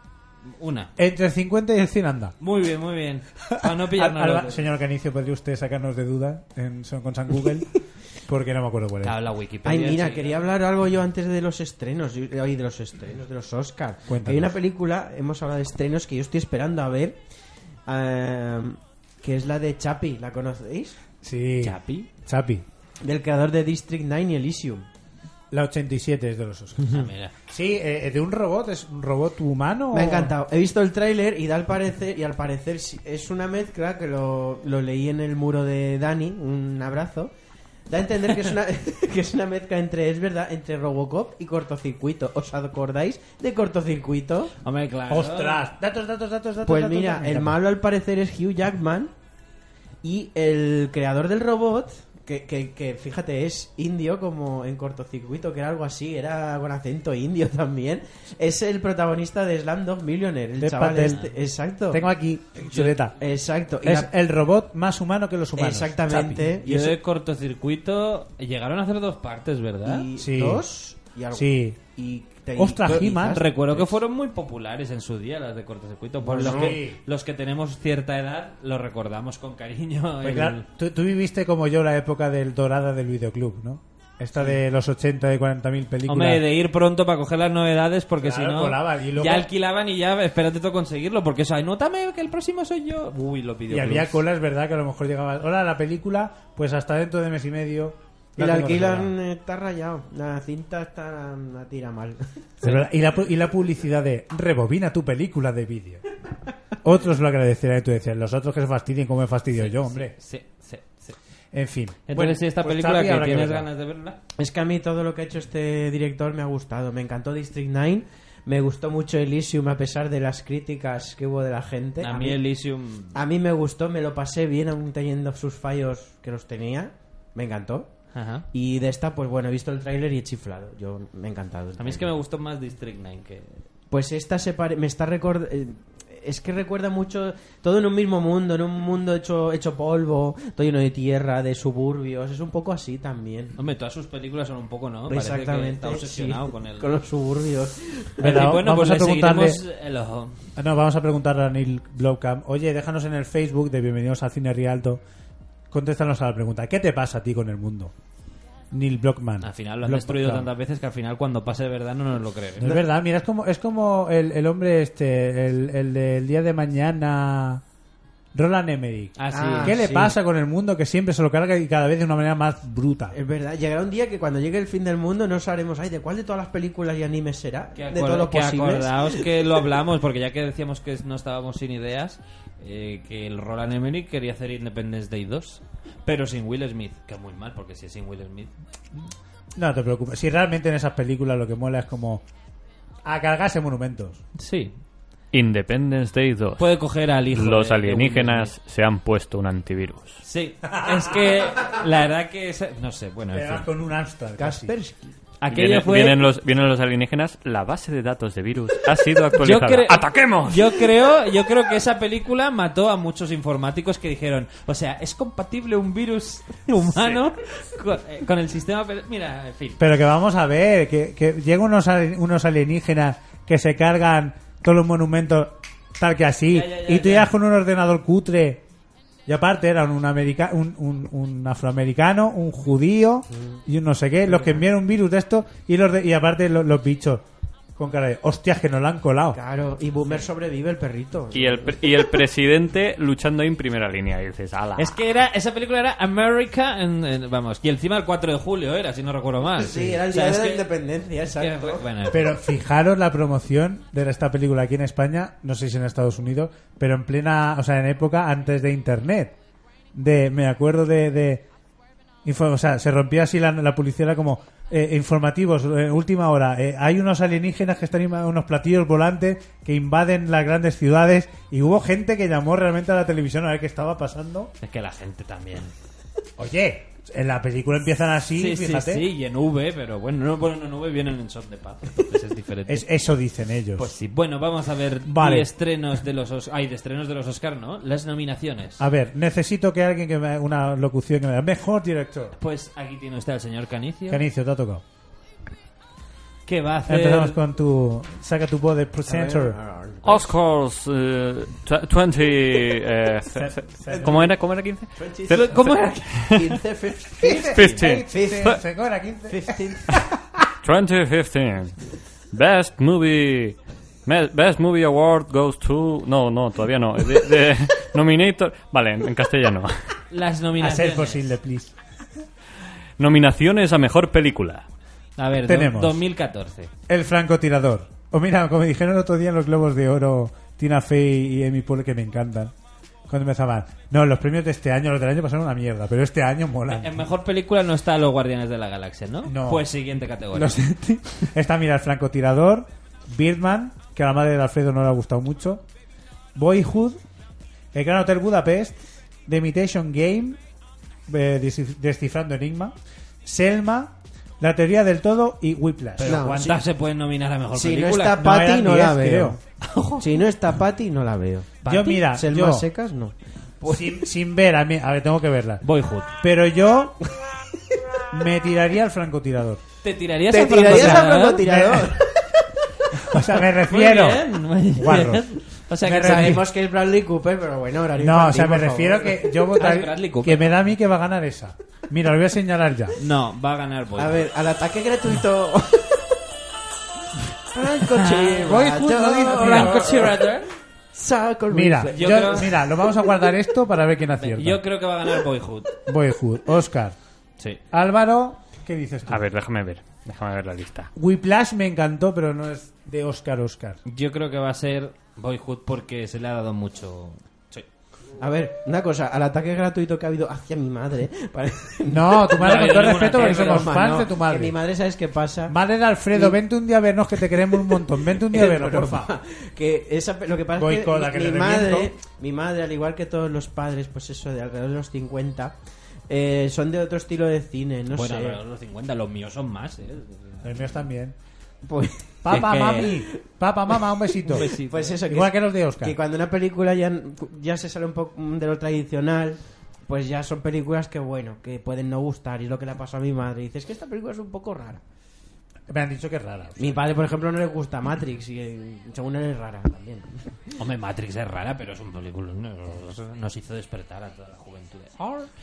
[SPEAKER 6] Una.
[SPEAKER 4] Entre el 50 y el 100 anda.
[SPEAKER 6] Muy bien, muy bien. Para no pillar
[SPEAKER 4] Al-
[SPEAKER 6] nada.
[SPEAKER 4] Alba- señor Canicio, ¿podría usted sacarnos de duda en, son- con San Google? Porque no me acuerdo cuál es.
[SPEAKER 6] Claro, la Wikipedia.
[SPEAKER 5] Ay, mira,
[SPEAKER 6] sí.
[SPEAKER 5] quería hablar algo yo antes de los estrenos, y- hoy de los estrenos, de los Oscars.
[SPEAKER 4] Cuéntanos.
[SPEAKER 5] Hay una película, hemos hablado de estrenos, que yo estoy esperando a ver, ehm, que es la de Chapi, ¿la conocéis?
[SPEAKER 4] Sí.
[SPEAKER 6] ¿Chapi?
[SPEAKER 4] Chapi.
[SPEAKER 5] Del creador de District 9 y Elysium.
[SPEAKER 4] La 87 es de los Oscars.
[SPEAKER 6] Ah, mira.
[SPEAKER 4] Sí, eh, de un robot, es un robot humano.
[SPEAKER 5] Me ha
[SPEAKER 4] o-
[SPEAKER 5] encantado. He visto el tráiler y da al parecer y al parecer sí- es una mezcla que lo, lo leí en el muro de Dani, un abrazo. Da a entender que es una que es una mezcla entre es verdad entre Robocop y cortocircuito. ¿Os acordáis de cortocircuito?
[SPEAKER 6] Hombre, claro.
[SPEAKER 4] Ostras, datos, datos, datos, datos.
[SPEAKER 5] Pues
[SPEAKER 4] datos,
[SPEAKER 5] mira,
[SPEAKER 4] datos.
[SPEAKER 5] el malo al parecer es Hugh Jackman y el creador del robot, que, que- que, fíjate es indio como en cortocircuito, que era algo así, era con acento indio también, es el protagonista de Slamdog Millionaire, el
[SPEAKER 4] De
[SPEAKER 5] chaval
[SPEAKER 4] Patel.
[SPEAKER 5] este, exacto.
[SPEAKER 4] Tengo aquí, chuleta.
[SPEAKER 5] Exacto. y
[SPEAKER 4] Es
[SPEAKER 5] eh, la-
[SPEAKER 4] el robot más humano que los humanos.
[SPEAKER 5] exactamente.
[SPEAKER 6] Yo de cortocircuito... Llegaron a hacer dos partes, ¿verdad?
[SPEAKER 5] Y
[SPEAKER 4] Sí.
[SPEAKER 5] dos y algo.
[SPEAKER 4] Sí.
[SPEAKER 5] Y te-
[SPEAKER 4] Ostras,
[SPEAKER 5] y-
[SPEAKER 4] He-Man.
[SPEAKER 6] Recuerdo que fueron muy populares en su día las de cortocircuito. Por
[SPEAKER 4] Pues
[SPEAKER 6] los,
[SPEAKER 4] sí.
[SPEAKER 6] que, los que tenemos cierta edad, lo recordamos con cariño.
[SPEAKER 4] Pues
[SPEAKER 6] el-
[SPEAKER 4] claro, tú, tú viviste como yo la época del dorada del videoclub, ¿no? Esta de los 80 de 40.000 películas.
[SPEAKER 6] Hombre, de ir pronto para coger las novedades porque
[SPEAKER 4] Claro,
[SPEAKER 6] si no
[SPEAKER 4] colaban, y luego-
[SPEAKER 6] ya alquilaban y ya espérate todo conseguirlo porque eso, anótame que el próximo soy yo. Uy, lo pidió.
[SPEAKER 4] y había colas, ¿verdad? Que a lo mejor llegaba... Hola, la película, pues hasta dentro de mes y medio...
[SPEAKER 5] Y la
[SPEAKER 4] tengo
[SPEAKER 5] alquilan,
[SPEAKER 4] reservada".
[SPEAKER 5] eh, está rayado. La cinta está mm, la tira mal.
[SPEAKER 4] De verdad, Y la, pu- y la publicidad de rebobina tu película de vídeo. Otros lo agradecerán y tú decías, los otros que se fastidien como me fastidio yo, hombre.
[SPEAKER 6] Sí, sí, sí.
[SPEAKER 4] En fin.
[SPEAKER 6] Entonces,
[SPEAKER 4] Bueno,
[SPEAKER 6] si esta
[SPEAKER 4] pues
[SPEAKER 6] película
[SPEAKER 4] Chapi
[SPEAKER 6] que
[SPEAKER 4] habrá
[SPEAKER 6] tienes
[SPEAKER 4] verla.
[SPEAKER 6] ganas de verla.
[SPEAKER 5] Es que a mí todo lo que ha hecho este director me ha gustado. Me encantó District 9. Me gustó mucho Elysium a pesar de las críticas que hubo de la gente.
[SPEAKER 6] A mí Elysium
[SPEAKER 4] Ah.
[SPEAKER 5] a mí me gustó, me lo pasé bien aún teniendo sus fallos que los tenía. Me encantó.
[SPEAKER 6] Ajá.
[SPEAKER 5] Y de esta, pues bueno, he visto el tráiler y he chiflado. Yo me ha encantado. el
[SPEAKER 6] A mí es que me
[SPEAKER 5] tráiler.
[SPEAKER 6] gustó más District 9 que
[SPEAKER 5] Pues esta se pare- me está record eh, es que recuerda mucho todo en un mismo mundo, en un mundo hecho hecho polvo, todo lleno de tierra, de suburbios, es un poco así también.
[SPEAKER 6] Hombre, todas sus películas son un poco, ¿no? Parece que
[SPEAKER 5] Exactamente.
[SPEAKER 6] está obsesionado
[SPEAKER 5] sí,
[SPEAKER 6] con el
[SPEAKER 5] los suburbios.
[SPEAKER 6] Pero
[SPEAKER 4] Venga,
[SPEAKER 6] bueno,
[SPEAKER 4] vamos
[SPEAKER 6] pues
[SPEAKER 4] a
[SPEAKER 6] le
[SPEAKER 4] preguntarle-
[SPEAKER 6] seguiremos el ojo.
[SPEAKER 4] Ah, No, vamos a preguntarle a Neil Blomkamp. Oye, déjanos en el Facebook de Bienvenidos al Cine Rialto. Contéstanos a la pregunta. ¿Qué te pasa a ti con el mundo? Neil Blockman.
[SPEAKER 6] Al final lo han destruido tantas veces que al final cuando pase de verdad no nos lo creemos.
[SPEAKER 4] Es verdad, mira, es como, es como el, el hombre este, el, el del día de mañana, Roland Emmerich.
[SPEAKER 6] Ah, sí.
[SPEAKER 5] Ah,
[SPEAKER 4] ¿Qué le
[SPEAKER 5] sí.
[SPEAKER 4] pasa con el mundo que siempre se lo carga y cada vez de una manera más bruta?
[SPEAKER 5] Es verdad, llegará un día que cuando llegue el fin del mundo no sabremos, ay, de cuál de todas las películas y animes será,
[SPEAKER 6] Que,
[SPEAKER 5] de
[SPEAKER 6] acord-
[SPEAKER 5] todo lo
[SPEAKER 6] que
[SPEAKER 5] posible.
[SPEAKER 6] acordaos que lo hablamos, porque ya que decíamos que no estábamos sin ideas, eh, que el Roland Emmerich quería hacer Independence Day 2, pero sin Will Smith, que muy mal, porque si es sin Will Smith...
[SPEAKER 4] No te preocupes. Si realmente en esas películas lo que mola es como a cargarse monumentos.
[SPEAKER 6] Sí.
[SPEAKER 7] Independence Day 2.
[SPEAKER 6] Puede coger al Pues, hijo de-
[SPEAKER 7] Los
[SPEAKER 6] de Will Smith.
[SPEAKER 7] alienígenas se han puesto un antivirus.
[SPEAKER 6] Sí, es que la verdad que... esa- no sé, bueno, en
[SPEAKER 4] Te vas
[SPEAKER 6] fin.
[SPEAKER 4] con un Amstrad. casi.
[SPEAKER 5] Kaspersky.
[SPEAKER 6] Aquello
[SPEAKER 7] Viene-
[SPEAKER 6] fue...
[SPEAKER 7] vienen, los, vienen los alienígenas. La base de datos de virus ha sido
[SPEAKER 6] Yo
[SPEAKER 7] actualizada.
[SPEAKER 6] creo-
[SPEAKER 7] ¡Ataquemos!
[SPEAKER 6] Yo creo, yo creo que esa película mató a muchos informáticos que dijeron, o sea, ¿es compatible un virus humano con, eh, con el sistema? oper- Mira, en fin.
[SPEAKER 4] Pero que vamos a ver, que, que llegan unos, ali- unos alienígenas que se cargan todos los monumentos tal que así,
[SPEAKER 6] Ya, ya, ya,
[SPEAKER 4] y tú
[SPEAKER 6] ya.
[SPEAKER 4] llegas con un ordenador cutre. Y aparte eran un, america- un, un- un afroamericano, un judío y un no sé qué, los que enviaron un virus de esto y, los de- y aparte lo- los bichos con cara de hostias que nos la han colado.
[SPEAKER 5] Claro, y Boomer sobrevive el perrito.
[SPEAKER 7] Y el, pre- y el presidente luchando en primera línea. Y dices, ala.
[SPEAKER 6] Es que era, esa película era America, en- en- vamos, y encima el 4 de julio era, si no recuerdo mal.
[SPEAKER 5] Sí, era el
[SPEAKER 6] O sea,
[SPEAKER 5] día
[SPEAKER 6] es
[SPEAKER 5] de la
[SPEAKER 6] que-
[SPEAKER 5] independencia,
[SPEAKER 6] que-
[SPEAKER 5] exacto.
[SPEAKER 6] bueno,
[SPEAKER 4] Pero fijaros la promoción de esta película aquí en España, no sé si en Estados Unidos, pero en plena, o sea, en época antes de Internet. De, me acuerdo de, de Info- o sea, se rompía así la, la publicidad era como eh, informativos, eh, última hora. eh, hay unos alienígenas que están inva- unos platillos volantes que invaden las grandes ciudades y hubo gente que llamó realmente a la televisión a ver qué estaba pasando.
[SPEAKER 6] Es que la gente también.
[SPEAKER 4] Oye, en la película empiezan así,
[SPEAKER 6] Sí, sí,
[SPEAKER 4] fíjate.
[SPEAKER 6] sí, y en V, pero bueno, no, bueno, en V vienen en son de paz, entonces es diferente.
[SPEAKER 4] Es, eso dicen ellos.
[SPEAKER 6] Pues sí, bueno, vamos a ver
[SPEAKER 4] Vale.
[SPEAKER 6] de estrenos de los Os- ay, de estrenos de los Oscar, ¿no? Las nominaciones.
[SPEAKER 4] a ver, necesito que alguien que me una locución que me da mejor director.
[SPEAKER 6] Pues aquí tiene usted al señor Canicio.
[SPEAKER 4] Canicio, te ha tocado.
[SPEAKER 6] ¿Qué va a hacer?
[SPEAKER 4] Empezamos con tu saca tu voz de presenter.
[SPEAKER 7] Oscars eh, tw- 20. eh, ce- ce- ¿Cómo era? ¿Cómo era 15? Ce-
[SPEAKER 6] ¿Cómo
[SPEAKER 7] ce-
[SPEAKER 6] era?
[SPEAKER 2] 15, 15.
[SPEAKER 7] 15.
[SPEAKER 4] Se cobra 15.
[SPEAKER 7] 2015. Best movie. Me- Best Movie Award goes to. No, no, todavía no. De, de- nominator. Vale, en castellano.
[SPEAKER 6] Las
[SPEAKER 4] A ser
[SPEAKER 6] nominaciones.
[SPEAKER 4] posible, please.
[SPEAKER 7] Nominaciones a mejor película.
[SPEAKER 6] A ver, do-
[SPEAKER 4] Tenemos.
[SPEAKER 6] 2014.
[SPEAKER 4] El francotirador. O mira, como dijeron el otro día en los Globos de Oro, Tina Fey y Amy Poehler que me encantan. Cuando empezaban. No, los premios de este año, los del año pasaron una mierda, pero este año molan.
[SPEAKER 6] En mejor película no está Los Guardianes de la Galaxia, ¿no?
[SPEAKER 4] No.
[SPEAKER 6] Pues siguiente categoría.
[SPEAKER 4] Los- Está, mira, el francotirador, Birdman, que a la madre de Alfredo no le ha gustado mucho, Boyhood, El Gran Hotel Budapest, The Imitation Game, eh, Descif- Descifrando Enigma, Selma, La Teoría del Todo y Whiplash.
[SPEAKER 5] Pero No,
[SPEAKER 6] ¿Cuántas se pueden nominar a mejor
[SPEAKER 5] Si Ah, no
[SPEAKER 6] película?
[SPEAKER 5] está
[SPEAKER 4] No,
[SPEAKER 5] Patty,
[SPEAKER 4] eran
[SPEAKER 5] no, la
[SPEAKER 4] 10,
[SPEAKER 5] veo. Si no está Patty, no la veo.
[SPEAKER 4] Yo, mira,
[SPEAKER 5] Selma
[SPEAKER 4] yo-
[SPEAKER 5] secas, no.
[SPEAKER 6] pues?
[SPEAKER 4] sin, sin ver, a mí, a ver, tengo que verla.
[SPEAKER 6] Boyhood.
[SPEAKER 4] Pero yo me tiraría al francotirador.
[SPEAKER 6] ¿Te tirarías
[SPEAKER 5] Te
[SPEAKER 6] al
[SPEAKER 5] tirarías al
[SPEAKER 6] francotirador?
[SPEAKER 5] francotirador.
[SPEAKER 4] O sea, me
[SPEAKER 6] Muy
[SPEAKER 4] refiero.
[SPEAKER 6] bien, muy bien.
[SPEAKER 4] Guarros.
[SPEAKER 6] O sea,
[SPEAKER 4] Me
[SPEAKER 6] que
[SPEAKER 4] refiero-
[SPEAKER 5] Sabemos que es Bradley Cooper, pero bueno, horario
[SPEAKER 4] No, o
[SPEAKER 5] infantil,
[SPEAKER 4] sea, me
[SPEAKER 5] por favor.
[SPEAKER 4] refiero que yo votaría.
[SPEAKER 6] es Bradley Cooper.
[SPEAKER 4] que me da a mí que va a ganar esa. Mira, lo voy a señalar ya.
[SPEAKER 6] No, va a ganar Boyhood.
[SPEAKER 5] A ver, al ataque gratuito. Franco Chirra,
[SPEAKER 4] Voy justo,
[SPEAKER 5] yo-
[SPEAKER 4] dice, mira.
[SPEAKER 6] Franco Chirrador.
[SPEAKER 5] Saco el
[SPEAKER 4] Mira,
[SPEAKER 5] rifle.
[SPEAKER 6] Yo
[SPEAKER 4] yo-
[SPEAKER 6] creo-
[SPEAKER 4] mira, lo vamos a guardar esto para ver quién acierta.
[SPEAKER 6] Yo creo que va a ganar Boyhood.
[SPEAKER 4] Boyhood, Oscar.
[SPEAKER 6] Sí.
[SPEAKER 4] Álvaro, ¿qué dices tú?
[SPEAKER 7] A ver, déjame ver. Déjame ver la lista.
[SPEAKER 4] Whiplash me encantó, pero no es de Oscar Oscar.
[SPEAKER 6] Yo creo que va a ser Boyhood porque se le ha dado mucho. Sí.
[SPEAKER 5] A ver, una cosa, al ataque gratuito que ha habido hacia mi madre. pare-
[SPEAKER 4] No, tu madre,
[SPEAKER 6] No,
[SPEAKER 4] con todo
[SPEAKER 6] yo ninguna,
[SPEAKER 4] respeto,
[SPEAKER 6] que
[SPEAKER 4] porque
[SPEAKER 6] es
[SPEAKER 4] somos
[SPEAKER 5] broma,
[SPEAKER 4] fans
[SPEAKER 5] no,
[SPEAKER 4] de tu
[SPEAKER 5] que mi
[SPEAKER 4] madre.
[SPEAKER 5] madre, ¿sabes qué pasa?
[SPEAKER 4] Madre de Alfredo, vente un día a vernos que te queremos un montón. Vente un día a
[SPEAKER 5] Es
[SPEAKER 4] vernos, por
[SPEAKER 5] broma.
[SPEAKER 4] favor.
[SPEAKER 5] Que esa, lo que pasa
[SPEAKER 4] Boicoda,
[SPEAKER 5] es
[SPEAKER 4] que
[SPEAKER 5] que,
[SPEAKER 4] le
[SPEAKER 5] mi, madre,
[SPEAKER 4] reviento.
[SPEAKER 5] mi madre, al igual que todos los padres, pues eso, de alrededor de los 50, eh, son de otro estilo de cine, no
[SPEAKER 6] bueno,
[SPEAKER 5] sé.
[SPEAKER 6] alrededor de los 50, los míos son más, ¿eh?
[SPEAKER 4] Los míos también.
[SPEAKER 5] Pues,
[SPEAKER 4] Papá,
[SPEAKER 6] Es que-
[SPEAKER 4] mami. Papá, mamá, un besito.
[SPEAKER 5] pues eso,
[SPEAKER 4] Igual que los de
[SPEAKER 5] que,
[SPEAKER 4] Oscar.
[SPEAKER 5] que cuando una película ya, ya se sale un poco de lo tradicional, pues ya son películas que, bueno, que pueden no gustar. Y es lo que le ha pasado a mi madre. Dices que esta película es un poco rara.
[SPEAKER 4] Me han dicho que es rara.
[SPEAKER 5] Mi padre, por ejemplo, no le gusta Matrix y eh, según él es rara también.
[SPEAKER 6] Hombre, Matrix es rara, pero es un película. Nos, nos hizo despertar a toda la juventud.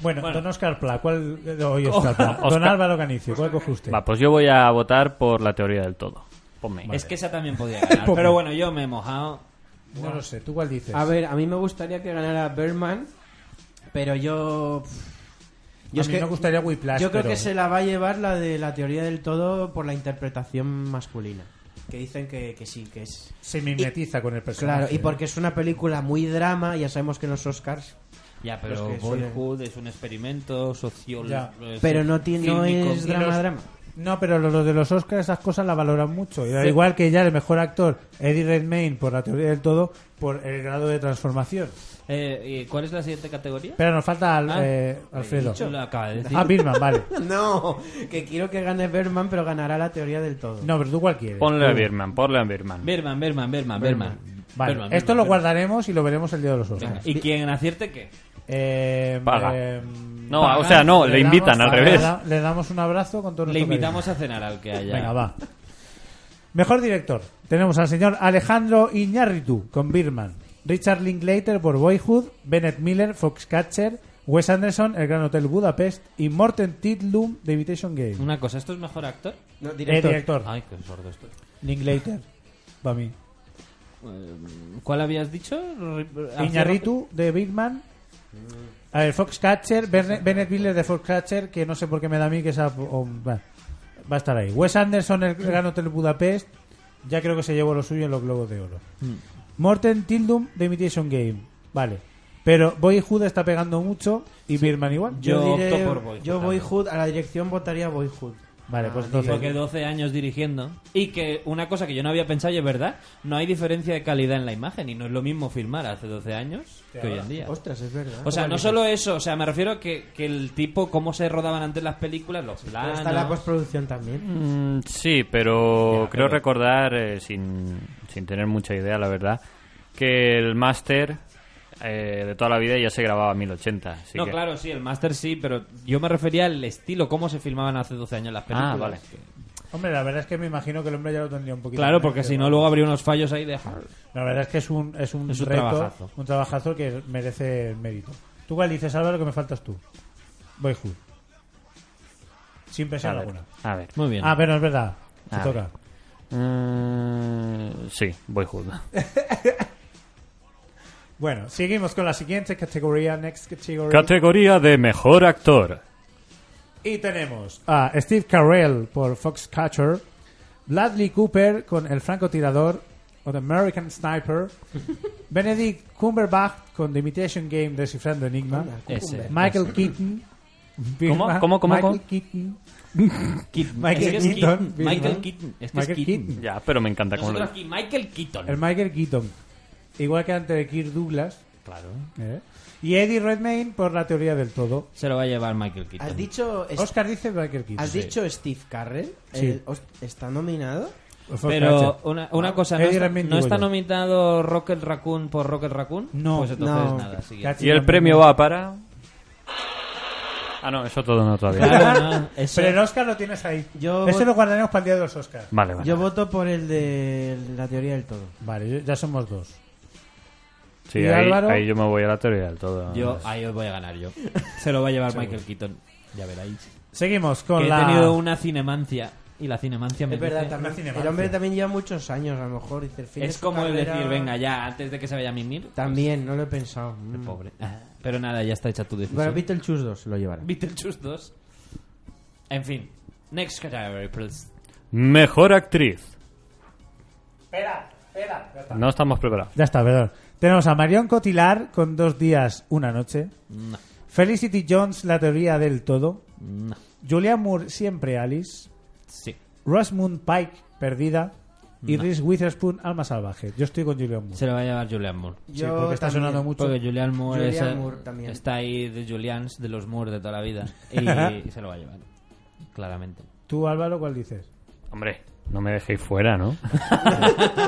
[SPEAKER 4] Bueno,
[SPEAKER 6] Bueno.
[SPEAKER 4] don Oscar Pla, ¿cuál eh, hoy Oscar Pla? Don
[SPEAKER 7] Oscar-
[SPEAKER 4] Álvaro Canicio, ¿cuál coge usted?
[SPEAKER 7] Va, pues yo voy a votar por la teoría del todo. Ponme. ahí.
[SPEAKER 6] Es que esa también podía ganar. pero bueno, yo me he mojado.
[SPEAKER 4] No lo sé, ¿tú cuál dices?
[SPEAKER 5] A ver, a mí me gustaría que ganara Berman, pero yo.
[SPEAKER 4] A mí me gustaría Whiplash,
[SPEAKER 5] Yo creo
[SPEAKER 4] pero-
[SPEAKER 5] que se la va a llevar la de la teoría del todo por la interpretación masculina. Que dicen que, que sí, que es.
[SPEAKER 4] Se mimetiza con el personaje.
[SPEAKER 5] Claro, y porque es una película muy drama, ya sabemos que en los Oscars.
[SPEAKER 6] Ya, pero
[SPEAKER 5] Pero es que suele-
[SPEAKER 6] Boyhood es un experimento social.
[SPEAKER 4] Ya.
[SPEAKER 5] Pero no, tiene, no
[SPEAKER 6] Fílmico.
[SPEAKER 5] es
[SPEAKER 4] Y los-
[SPEAKER 5] drama, drama.
[SPEAKER 4] No, pero los de los Oscars esas cosas las valoran mucho. Y al Igual que ya el mejor actor, Eddie Redmayne, por la teoría del todo, por el grado de transformación.
[SPEAKER 6] Eh, ¿y ¿Cuál es la siguiente categoría?
[SPEAKER 4] Pero nos falta al-
[SPEAKER 6] Ah,
[SPEAKER 4] eh, Alfredo.
[SPEAKER 6] Yo lo acaba de decir.
[SPEAKER 4] Ah, Birman, vale.
[SPEAKER 5] No, que quiero que gane Berman, pero ganará la teoría del todo.
[SPEAKER 4] No, pero tú cuál quieres.
[SPEAKER 7] Ponle a Birman, ponle a Birman.
[SPEAKER 6] Berman, Berman, Berman, Berman.
[SPEAKER 4] Vale, esto
[SPEAKER 6] Berman, Berman,
[SPEAKER 4] lo
[SPEAKER 6] Berman.
[SPEAKER 4] guardaremos y lo veremos el día de los Oscars.
[SPEAKER 6] ¿Y quien acierte qué?
[SPEAKER 4] Eh,
[SPEAKER 7] Paga.
[SPEAKER 4] eh,
[SPEAKER 7] No, o sea, no, le invitan, al
[SPEAKER 4] le
[SPEAKER 7] revés.
[SPEAKER 4] da- le damos un abrazo con todo
[SPEAKER 6] Le
[SPEAKER 4] nuestro
[SPEAKER 6] invitamos a cenar al que haya.
[SPEAKER 4] cariño. Venga, va. Mejor director. Tenemos al señor Alejandro Iñárritu con Birman, Richard Linklater por Boyhood, Bennett Miller, Foxcatcher, Wes Anderson, El Gran Hotel Budapest y Morten Tidlum, The Invitation Game.
[SPEAKER 6] Una cosa, ¿esto es mejor actor?
[SPEAKER 5] No,
[SPEAKER 4] Eh,
[SPEAKER 5] director.
[SPEAKER 4] director,
[SPEAKER 6] Ay, qué sordo estoy.
[SPEAKER 4] Linklater, para mí.
[SPEAKER 6] ¿Cuál habías dicho?
[SPEAKER 4] Iñarritu de Birman.
[SPEAKER 6] Mm.
[SPEAKER 4] A ver, Foxcatcher, Berne- Bennett Miller de Foxcatcher, que no sé por qué me da a mí que esa. o- va, va a estar ahí. Wes Anderson, el Gran Hotel Budapest, ya
[SPEAKER 6] Mm.
[SPEAKER 4] creo que se llevó lo suyo en los Globos de Oro. Morten Tildum de Imitation Game, vale. Pero Boyhood está pegando mucho y Birman igual.
[SPEAKER 6] Yo
[SPEAKER 5] Yo, diré-
[SPEAKER 6] opto por Boyhood
[SPEAKER 5] Yo
[SPEAKER 6] también.
[SPEAKER 5] Boyhood, a la dirección votaría Boyhood.
[SPEAKER 4] Vale, pues
[SPEAKER 5] Ah,
[SPEAKER 4] entonces-
[SPEAKER 5] digo
[SPEAKER 6] Porque 12 años dirigiendo. Y que una cosa que yo no había pensado y es verdad, no hay diferencia de calidad en la imagen. Y no es lo mismo filmar hace 12 años que hoy en día.
[SPEAKER 5] que- Ostras, es verdad.
[SPEAKER 6] O sea, no solo eso, o sea, me refiero a que, que el tipo, cómo se rodaban antes las películas, los
[SPEAKER 5] Pero
[SPEAKER 6] planos.
[SPEAKER 5] está la postproducción también.
[SPEAKER 7] Mm, sí, pero
[SPEAKER 6] Ya,
[SPEAKER 7] creo
[SPEAKER 6] pero-
[SPEAKER 7] recordar, eh, sin, sin tener mucha idea, la verdad, que el máster eh, de toda la vida ya se grababa a 1080. Así
[SPEAKER 6] no,
[SPEAKER 7] que-
[SPEAKER 6] claro, sí, el máster sí, pero yo me refería al estilo, cómo se filmaban hace 12 años las películas.
[SPEAKER 7] Ah, vale.
[SPEAKER 4] Hombre, la verdad es que me imagino que el hombre ya lo tendría un poquito.
[SPEAKER 6] Claro,
[SPEAKER 4] más
[SPEAKER 6] porque
[SPEAKER 4] metido,
[SPEAKER 6] si
[SPEAKER 4] ¿no?
[SPEAKER 6] no, luego habría unos fallos ahí de...
[SPEAKER 4] La verdad es que es un, es un,
[SPEAKER 6] Es un
[SPEAKER 4] reto,
[SPEAKER 6] trabajazo.
[SPEAKER 4] un trabajazo que merece mérito. ¿Tú cuál dices, Álvaro, que me faltas tú? Boyhood. Sin
[SPEAKER 7] A
[SPEAKER 4] pensar
[SPEAKER 7] ver,
[SPEAKER 4] alguna.
[SPEAKER 7] a ver.
[SPEAKER 6] Muy bien.
[SPEAKER 4] Ah, pero es verdad. Te
[SPEAKER 7] A
[SPEAKER 4] toca.
[SPEAKER 7] Mm, sí, voy justo.
[SPEAKER 4] Bueno, seguimos con la siguiente categoría, next category.
[SPEAKER 7] Categoría de mejor actor.
[SPEAKER 4] y tenemos a Steve Carell por Foxcatcher, Bradley Cooper con El francotirador o The American Sniper, Benedict Cumberbatch con The Imitation Game descifrando enigma,
[SPEAKER 6] Ese.
[SPEAKER 4] Michael Keaton. Birman-
[SPEAKER 7] Este, ¿Cómo, cómo,
[SPEAKER 4] Michael
[SPEAKER 7] cómo?
[SPEAKER 4] Keaton.
[SPEAKER 6] Keaton.
[SPEAKER 4] Michael
[SPEAKER 6] Es que es
[SPEAKER 4] Keaton,
[SPEAKER 6] Keaton.
[SPEAKER 4] Birdman.
[SPEAKER 6] Michael Keaton. Es que es
[SPEAKER 4] Michael
[SPEAKER 6] Keaton.
[SPEAKER 4] Keaton.
[SPEAKER 7] Ya, pero me encanta cómo lo
[SPEAKER 6] Nosotros aquí, Michael Keaton.
[SPEAKER 4] El Michael Keaton. Igual que antes de Kirk Douglas.
[SPEAKER 6] Claro.
[SPEAKER 4] ¿eh? Y Eddie Redmayne por la teoría del todo.
[SPEAKER 6] Se lo va a llevar Michael Keaton.
[SPEAKER 5] ¿Has dicho, es-
[SPEAKER 4] Oscar dice Michael Keaton.
[SPEAKER 5] ¿has dicho Steve Carrell?
[SPEAKER 4] Sí.
[SPEAKER 5] El- os- ¿Está nominado?
[SPEAKER 4] Foxcatcher.
[SPEAKER 6] Pero una, una
[SPEAKER 4] Ah,
[SPEAKER 6] cosa, ¿no
[SPEAKER 4] Eddie
[SPEAKER 6] está,
[SPEAKER 4] Redmayne
[SPEAKER 6] no está
[SPEAKER 4] igual.
[SPEAKER 6] nominado Rocket Raccoon por Rocket Raccoon?
[SPEAKER 4] No,
[SPEAKER 6] Pues entonces
[SPEAKER 5] no.
[SPEAKER 6] nada, siguiente.
[SPEAKER 4] Casi
[SPEAKER 7] Y el
[SPEAKER 4] también.
[SPEAKER 7] premio va para. Ah, no, eso todo no todavía.
[SPEAKER 6] Claro, no, eso-
[SPEAKER 4] Pero el Oscar lo tienes ahí.
[SPEAKER 5] Yo-
[SPEAKER 4] Ese lo guardaremos para el día de los Oscars.
[SPEAKER 7] Vale, vale.
[SPEAKER 5] Yo voto por el de la teoría del todo.
[SPEAKER 7] Mm.
[SPEAKER 4] Vale, yo- ya somos dos.
[SPEAKER 7] Sí,
[SPEAKER 4] ¿Y
[SPEAKER 7] ahí,
[SPEAKER 4] Álvaro?
[SPEAKER 7] ahí yo me voy a la teoría del todo.
[SPEAKER 6] Yo, ahí os voy a ganar yo. Se lo va a llevar Michael Keaton. Ya veréis.
[SPEAKER 4] Seguimos
[SPEAKER 6] Que
[SPEAKER 4] con la.
[SPEAKER 6] He tenido una cinemancia. Y la cinemancia me
[SPEAKER 5] Es verdad,
[SPEAKER 6] dice-
[SPEAKER 4] también.
[SPEAKER 5] también.
[SPEAKER 4] cinemática.
[SPEAKER 5] El hombre también lleva muchos años, a lo mejor. Dice, el fin de
[SPEAKER 6] Es
[SPEAKER 5] su
[SPEAKER 6] como el
[SPEAKER 5] carrera-
[SPEAKER 6] decir, venga ya, antes de que se vaya a mimir.
[SPEAKER 5] También, no lo he pensado.
[SPEAKER 6] El
[SPEAKER 5] Mm.
[SPEAKER 6] pobre. Pero nada, ya está hecha tu decisión.
[SPEAKER 5] Bueno, Beetlejuice 2 se lo llevará.
[SPEAKER 6] Beetlejuice 2. En fin. Next category, please.
[SPEAKER 7] Mejor actriz. No estamos preparados.
[SPEAKER 4] Ya está, perdón. Tenemos a Marion Cotilar con dos días, una noche.
[SPEAKER 6] No.
[SPEAKER 4] Felicity Jones, la teoría del todo.
[SPEAKER 6] No.
[SPEAKER 4] Julia Moore, siempre Alice.
[SPEAKER 6] Sí.
[SPEAKER 4] Rosamund Pike, perdida. Y Reese Witherspoon, alma salvaje. Yo estoy con Julia Moore.
[SPEAKER 6] Se lo va a llevar Julian Moore.
[SPEAKER 4] Sí, porque está
[SPEAKER 5] también.
[SPEAKER 4] sonando mucho.
[SPEAKER 6] Porque Julian Moore,
[SPEAKER 5] Julianne
[SPEAKER 6] es-
[SPEAKER 5] Moore también.
[SPEAKER 6] está ahí de Julians, de los Moore de toda la vida. Y, se lo va a llevar. Claramente.
[SPEAKER 4] ¿Tú, Álvaro, cuál dices?
[SPEAKER 7] Hombre, no me dejéis fuera, ¿no?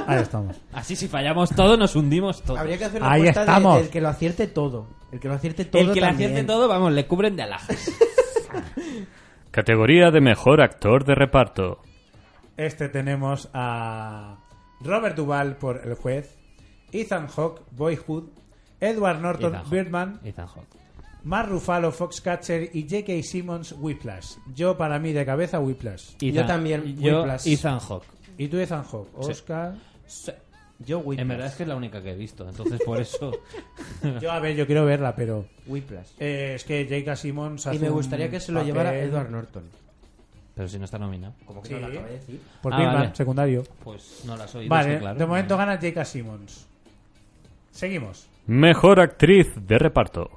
[SPEAKER 4] Ahí estamos.
[SPEAKER 6] Así si fallamos todo, nos hundimos todos.
[SPEAKER 5] Habría que hacer una
[SPEAKER 4] Ahí
[SPEAKER 5] apuesta de-
[SPEAKER 4] estamos.
[SPEAKER 5] del que lo acierte todo. El que lo acierte todo.
[SPEAKER 6] el que le
[SPEAKER 5] también.
[SPEAKER 6] acierte todo, vamos, le cubren de alhajas.
[SPEAKER 7] Categoría de mejor actor de reparto.
[SPEAKER 4] Este tenemos a Robert Duvall por El Juez, Ethan Hawke, Boyhood, Edward Norton,
[SPEAKER 6] Ethan Hawke.
[SPEAKER 4] Birdman,
[SPEAKER 6] Ethan Hawke.
[SPEAKER 4] Mark Ruffalo, Foxcatcher y J.K. Simmons, Whiplash. Yo para mí de cabeza, Whiplash.
[SPEAKER 5] Yo
[SPEAKER 6] Ethan-
[SPEAKER 5] también,
[SPEAKER 6] Yo,
[SPEAKER 5] Whiplash.
[SPEAKER 6] Ethan Hawke.
[SPEAKER 4] Y tú, Ethan Hawke, Oscar.
[SPEAKER 5] Yo Whiplash.
[SPEAKER 6] En verdad es que es la única que he visto, entonces por eso...
[SPEAKER 4] Yo, a ver, yo quiero verla, pero
[SPEAKER 5] Whiplash.
[SPEAKER 4] eh, es que J.K. Simmons hace
[SPEAKER 5] Y me
[SPEAKER 4] un
[SPEAKER 5] gustaría que se lo
[SPEAKER 4] papel-
[SPEAKER 5] llevara Edward Norton.
[SPEAKER 6] Pero si no está nominado.
[SPEAKER 5] Como que
[SPEAKER 4] Sí.
[SPEAKER 5] no lo acabo de decir.
[SPEAKER 4] Por
[SPEAKER 6] Ah,
[SPEAKER 4] Birdman,
[SPEAKER 6] vale.
[SPEAKER 4] secundario.
[SPEAKER 6] Pues no la soy.
[SPEAKER 4] Vale,
[SPEAKER 6] claro.
[SPEAKER 4] de momento gana J.K. Simmons. Seguimos.
[SPEAKER 7] Mejor actriz de reparto.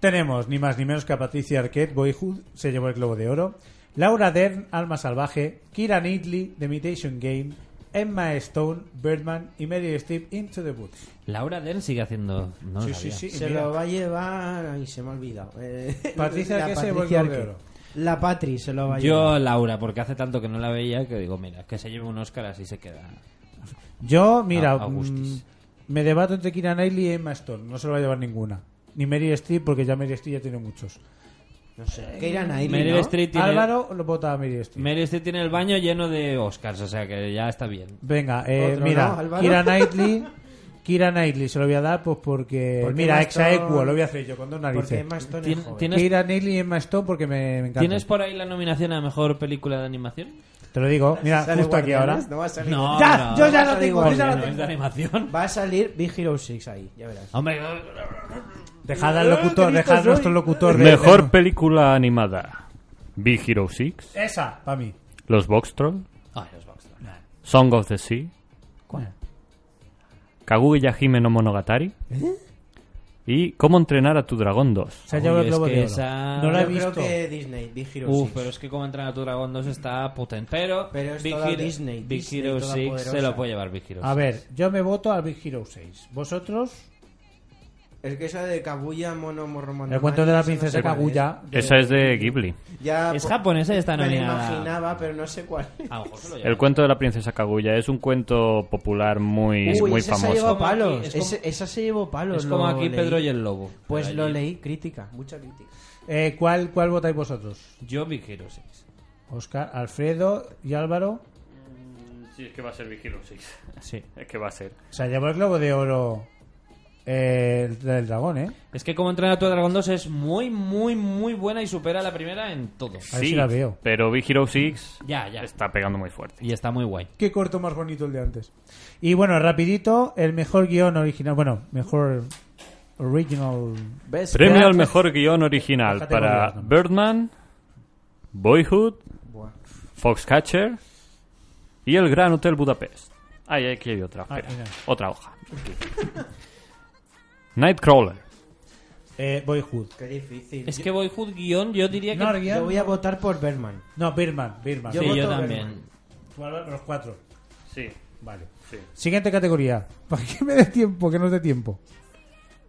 [SPEAKER 4] Tenemos ni más ni menos que a Patricia Arquette, Boyhood, se llevó el Globo de Oro. Laura Dern, Alma Salvaje. Kira Knightley, The Imitation Game. Emma Stone, Birdman. Y Mary Streep, Into the Woods.
[SPEAKER 6] Laura Dern sigue haciendo... No lo
[SPEAKER 4] Sí, sí,
[SPEAKER 6] sabía.
[SPEAKER 4] sí.
[SPEAKER 5] Se
[SPEAKER 4] mira.
[SPEAKER 5] lo va a llevar. Ay, se me ha olvidado. Eh,
[SPEAKER 4] Patricia
[SPEAKER 5] la
[SPEAKER 4] Arquette se llevó el Globo
[SPEAKER 5] Patricia
[SPEAKER 4] de
[SPEAKER 5] Arquette.
[SPEAKER 4] Oro.
[SPEAKER 5] La Patri se lo va a llevar.
[SPEAKER 6] Yo, Laura, porque hace tanto que no la veía que digo, mira, que se lleve un Oscar así se queda.
[SPEAKER 4] Yo, mira,
[SPEAKER 6] A- Augustis.
[SPEAKER 4] mm, me debato entre Kira Knightley y Emma Stone. No se lo va a llevar ninguna. Ni Mary Streep, porque ya Mary Streep ya tiene muchos.
[SPEAKER 5] No sé. Que irán ahí.
[SPEAKER 6] Meryl
[SPEAKER 5] ¿no?
[SPEAKER 6] Streep tiene...
[SPEAKER 4] Álvaro lo vota a Mary Streep.
[SPEAKER 6] Meryl Streep tiene el baño lleno de Oscars, o sea que ya está bien.
[SPEAKER 4] Venga, eh,
[SPEAKER 5] Otro
[SPEAKER 4] mira,
[SPEAKER 5] no, Álvaro.
[SPEAKER 4] Kira Knightley. Kira Knightley se lo voy a dar pues porque.
[SPEAKER 5] Porque
[SPEAKER 4] mira,
[SPEAKER 5] Emma
[SPEAKER 4] exa equo,
[SPEAKER 5] Stone-
[SPEAKER 4] lo voy a hacer yo con dos
[SPEAKER 5] Porque
[SPEAKER 4] narices.
[SPEAKER 5] Emma Stone es
[SPEAKER 6] Tien-
[SPEAKER 5] joven.
[SPEAKER 6] tienes-
[SPEAKER 4] Kira Knightley y Emma Stone porque me, me encanta.
[SPEAKER 6] ¿Tienes por ahí la nominación a mejor película de animación?
[SPEAKER 4] Te lo digo, mira,
[SPEAKER 5] Sale
[SPEAKER 4] justo aquí ahora.
[SPEAKER 5] Guardianes, No va a salir.
[SPEAKER 6] No,
[SPEAKER 4] ¡Ya!
[SPEAKER 6] no.
[SPEAKER 4] yo ya
[SPEAKER 5] No
[SPEAKER 4] lo tengo,
[SPEAKER 5] digo,
[SPEAKER 4] yo ya
[SPEAKER 5] no
[SPEAKER 4] lo
[SPEAKER 6] no es
[SPEAKER 4] tengo.
[SPEAKER 6] de animación.
[SPEAKER 5] Va a salir Big Hero 6 ahí, ya verás.
[SPEAKER 6] Hombre,
[SPEAKER 4] Dejad al locutor, dejad a nuestro locutor. de-
[SPEAKER 7] Mejor película animada. Big Hero 6,
[SPEAKER 4] de- Esa, para mí.
[SPEAKER 7] Los Box Trolls,
[SPEAKER 6] Ay, los Box Trolls.
[SPEAKER 7] Song of the ¿Eh? Sea, Kaguya Hime no Monogatari, y Cómo entrenar a tu dragón 2.
[SPEAKER 4] Se ha llevado el
[SPEAKER 6] Uy, es
[SPEAKER 4] Globo
[SPEAKER 6] que
[SPEAKER 4] de Oro.
[SPEAKER 6] esa-
[SPEAKER 4] No la he
[SPEAKER 5] Yo
[SPEAKER 4] visto.
[SPEAKER 5] creo que Disney, Big Hero
[SPEAKER 6] Uf,
[SPEAKER 5] 6.
[SPEAKER 6] pero es que como entrenar a tu dragón 2 está potente. Pero,
[SPEAKER 5] Pero es
[SPEAKER 6] Big
[SPEAKER 5] toda
[SPEAKER 6] Hero,
[SPEAKER 5] Disney,
[SPEAKER 6] Big
[SPEAKER 5] Disney
[SPEAKER 6] Hero
[SPEAKER 5] toda
[SPEAKER 6] 6 se
[SPEAKER 5] poderosa.
[SPEAKER 6] lo puede llevar Big Hero
[SPEAKER 4] A ver, yo me voto al Big Hero 6. ¿Vosotros?
[SPEAKER 5] Es que esa de Kaguya, mono, morro, mono.
[SPEAKER 4] El cuento de la
[SPEAKER 5] no sé
[SPEAKER 4] princesa
[SPEAKER 5] cuál
[SPEAKER 4] Kaguya.
[SPEAKER 7] Esa es de Ghibli.
[SPEAKER 5] Ya,
[SPEAKER 6] Es
[SPEAKER 5] po-
[SPEAKER 6] japonesa y está nominada.
[SPEAKER 5] Me lo imaginaba, pero no sé cuál.
[SPEAKER 6] A lo mejor se lo lleva.
[SPEAKER 7] El cuento de la princesa Kaguya es un cuento popular muy,
[SPEAKER 5] Uy,
[SPEAKER 7] muy
[SPEAKER 5] esa se
[SPEAKER 7] famoso.
[SPEAKER 5] llevó
[SPEAKER 6] Como aquí,
[SPEAKER 5] palos.
[SPEAKER 6] es como-
[SPEAKER 5] Ese- esa se llevó palos.
[SPEAKER 6] Es
[SPEAKER 5] lo
[SPEAKER 6] como aquí
[SPEAKER 5] leí.
[SPEAKER 6] Pedro y el Lobo.
[SPEAKER 5] Pues
[SPEAKER 6] Pero
[SPEAKER 5] lo
[SPEAKER 6] allí-
[SPEAKER 5] leí, crítica, mucha crítica.
[SPEAKER 4] Eh, ¿cuál, ¿Cuál votáis vosotros?
[SPEAKER 6] Yo Big Hero 6.
[SPEAKER 4] Oscar, Alfredo y Álvaro.
[SPEAKER 7] Sí, es que va a ser Big Hero 6.
[SPEAKER 6] Sí.
[SPEAKER 7] Es que va a ser.
[SPEAKER 4] Se ha llevado el Globo de Oro eh, el del dragón, ¿eh?
[SPEAKER 6] Es que como entrenar a tu dragón 2 es muy, muy, muy buena y supera a la primera en todo.
[SPEAKER 4] A ver si la veo.
[SPEAKER 7] pero Big Hero 6
[SPEAKER 6] Ya, ya.
[SPEAKER 7] está pegando muy fuerte.
[SPEAKER 6] Y está muy guay.
[SPEAKER 4] Qué corto más bonito el de antes. Y bueno, rapidito, el mejor guión original, bueno, mejor original.
[SPEAKER 5] ¿Ves?
[SPEAKER 7] Premio
[SPEAKER 5] Queda-
[SPEAKER 7] al mejor guión original
[SPEAKER 4] Las
[SPEAKER 7] para
[SPEAKER 4] categorías, ¿no?
[SPEAKER 7] Birdman, Boyhood,
[SPEAKER 5] Buah.
[SPEAKER 7] Foxcatcher y El Gran Hotel Budapest. Ay, aquí hay otra.
[SPEAKER 4] Ah,
[SPEAKER 7] espera.
[SPEAKER 4] mira.
[SPEAKER 7] otra hoja. Nightcrawler.
[SPEAKER 4] Eh, Boyhood.
[SPEAKER 5] Qué difícil.
[SPEAKER 6] Es
[SPEAKER 5] Yo-
[SPEAKER 6] que Boyhood guión, yo diría que...
[SPEAKER 4] No,
[SPEAKER 5] yo,
[SPEAKER 4] guión.
[SPEAKER 5] voy a votar por Berman.
[SPEAKER 4] No, Birman, Birman.
[SPEAKER 5] Yo
[SPEAKER 6] sí, yo
[SPEAKER 5] voto
[SPEAKER 6] también.
[SPEAKER 5] Bergman.
[SPEAKER 4] Tú, Álvaro, los cuatro.
[SPEAKER 7] Sí,
[SPEAKER 4] Vale.
[SPEAKER 7] sí.
[SPEAKER 4] Siguiente categoría. ¿Para qué me dé tiempo? Que no os dé tiempo.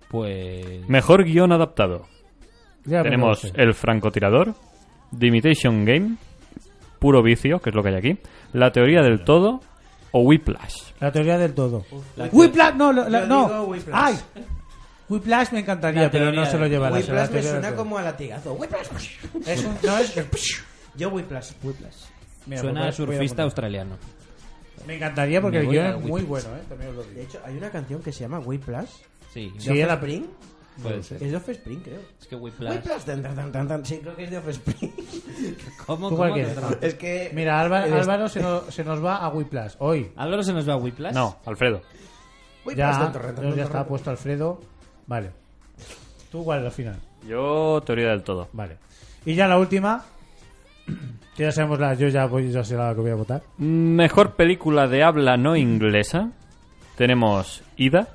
[SPEAKER 6] Pues...
[SPEAKER 7] Mejor guión adaptado.
[SPEAKER 4] Ya me
[SPEAKER 7] Tenemos
[SPEAKER 4] lo sé.
[SPEAKER 7] El Francotirador, The Imitation Game, Puro Vicio, que es lo que hay aquí, La Teoría del Todo o Whiplash.
[SPEAKER 4] La teoría del todo.
[SPEAKER 5] la
[SPEAKER 4] Whiplash, no, la- la-
[SPEAKER 5] Yo
[SPEAKER 4] no.
[SPEAKER 5] digo Whiplash.
[SPEAKER 4] Ay. Whiplash me encantaría,
[SPEAKER 6] La
[SPEAKER 4] pero
[SPEAKER 6] teoría
[SPEAKER 4] no se lo
[SPEAKER 6] del-
[SPEAKER 4] llevará.
[SPEAKER 5] Whiplash
[SPEAKER 4] será la
[SPEAKER 5] me
[SPEAKER 4] teoría del
[SPEAKER 5] suena
[SPEAKER 4] todo.
[SPEAKER 5] como a latigazo. Whiplash.
[SPEAKER 4] Es un- no, es-
[SPEAKER 5] Yo Whiplash. Whiplash.
[SPEAKER 4] Mira,
[SPEAKER 6] Suena
[SPEAKER 4] voy a- voy a
[SPEAKER 6] a surfista
[SPEAKER 4] apuntar.
[SPEAKER 6] australiano.
[SPEAKER 4] Me encantaría porque
[SPEAKER 6] Me
[SPEAKER 4] el
[SPEAKER 6] voy
[SPEAKER 4] guión
[SPEAKER 6] a
[SPEAKER 4] es muy
[SPEAKER 6] Whiplash.
[SPEAKER 4] bueno, ¿eh? También os lo
[SPEAKER 5] De
[SPEAKER 4] digo.
[SPEAKER 5] hecho, hay una canción que se llama Whiplash.
[SPEAKER 6] Sí,
[SPEAKER 4] Sí,
[SPEAKER 5] ¿De
[SPEAKER 4] era-
[SPEAKER 5] Offspring?
[SPEAKER 6] puede ser.
[SPEAKER 5] Es de Offspring, creo.
[SPEAKER 6] Es que Whiplash...
[SPEAKER 5] Whiplash. Tan, tan, tan, tan, tan. Sí, creo que es de Offspring.
[SPEAKER 6] ¿Cómo,
[SPEAKER 4] ¿Tú
[SPEAKER 6] cómo
[SPEAKER 4] cuál quieres?
[SPEAKER 6] te-
[SPEAKER 5] es que...
[SPEAKER 4] Mira, Álvaro,
[SPEAKER 5] el est-
[SPEAKER 4] Álvaro se, nos, se nos va a Whiplash. Hoy.
[SPEAKER 6] Álvaro se nos va a Whiplash.
[SPEAKER 7] No, Alfredo.
[SPEAKER 5] Whiplash
[SPEAKER 4] Ya,
[SPEAKER 5] tan, tan, tan, tan,
[SPEAKER 4] ya
[SPEAKER 5] tan,
[SPEAKER 4] está pues,
[SPEAKER 5] tan.
[SPEAKER 4] puesto Alfredo. Vale. ¿Tú cuál al final?
[SPEAKER 7] Yo Teoría del Todo.
[SPEAKER 4] Vale. Y ya la última. Que ya sabemos la. Yo ya, voy, ya sé la que voy a votar.
[SPEAKER 7] Mejor película de habla no inglesa. Tenemos Ida,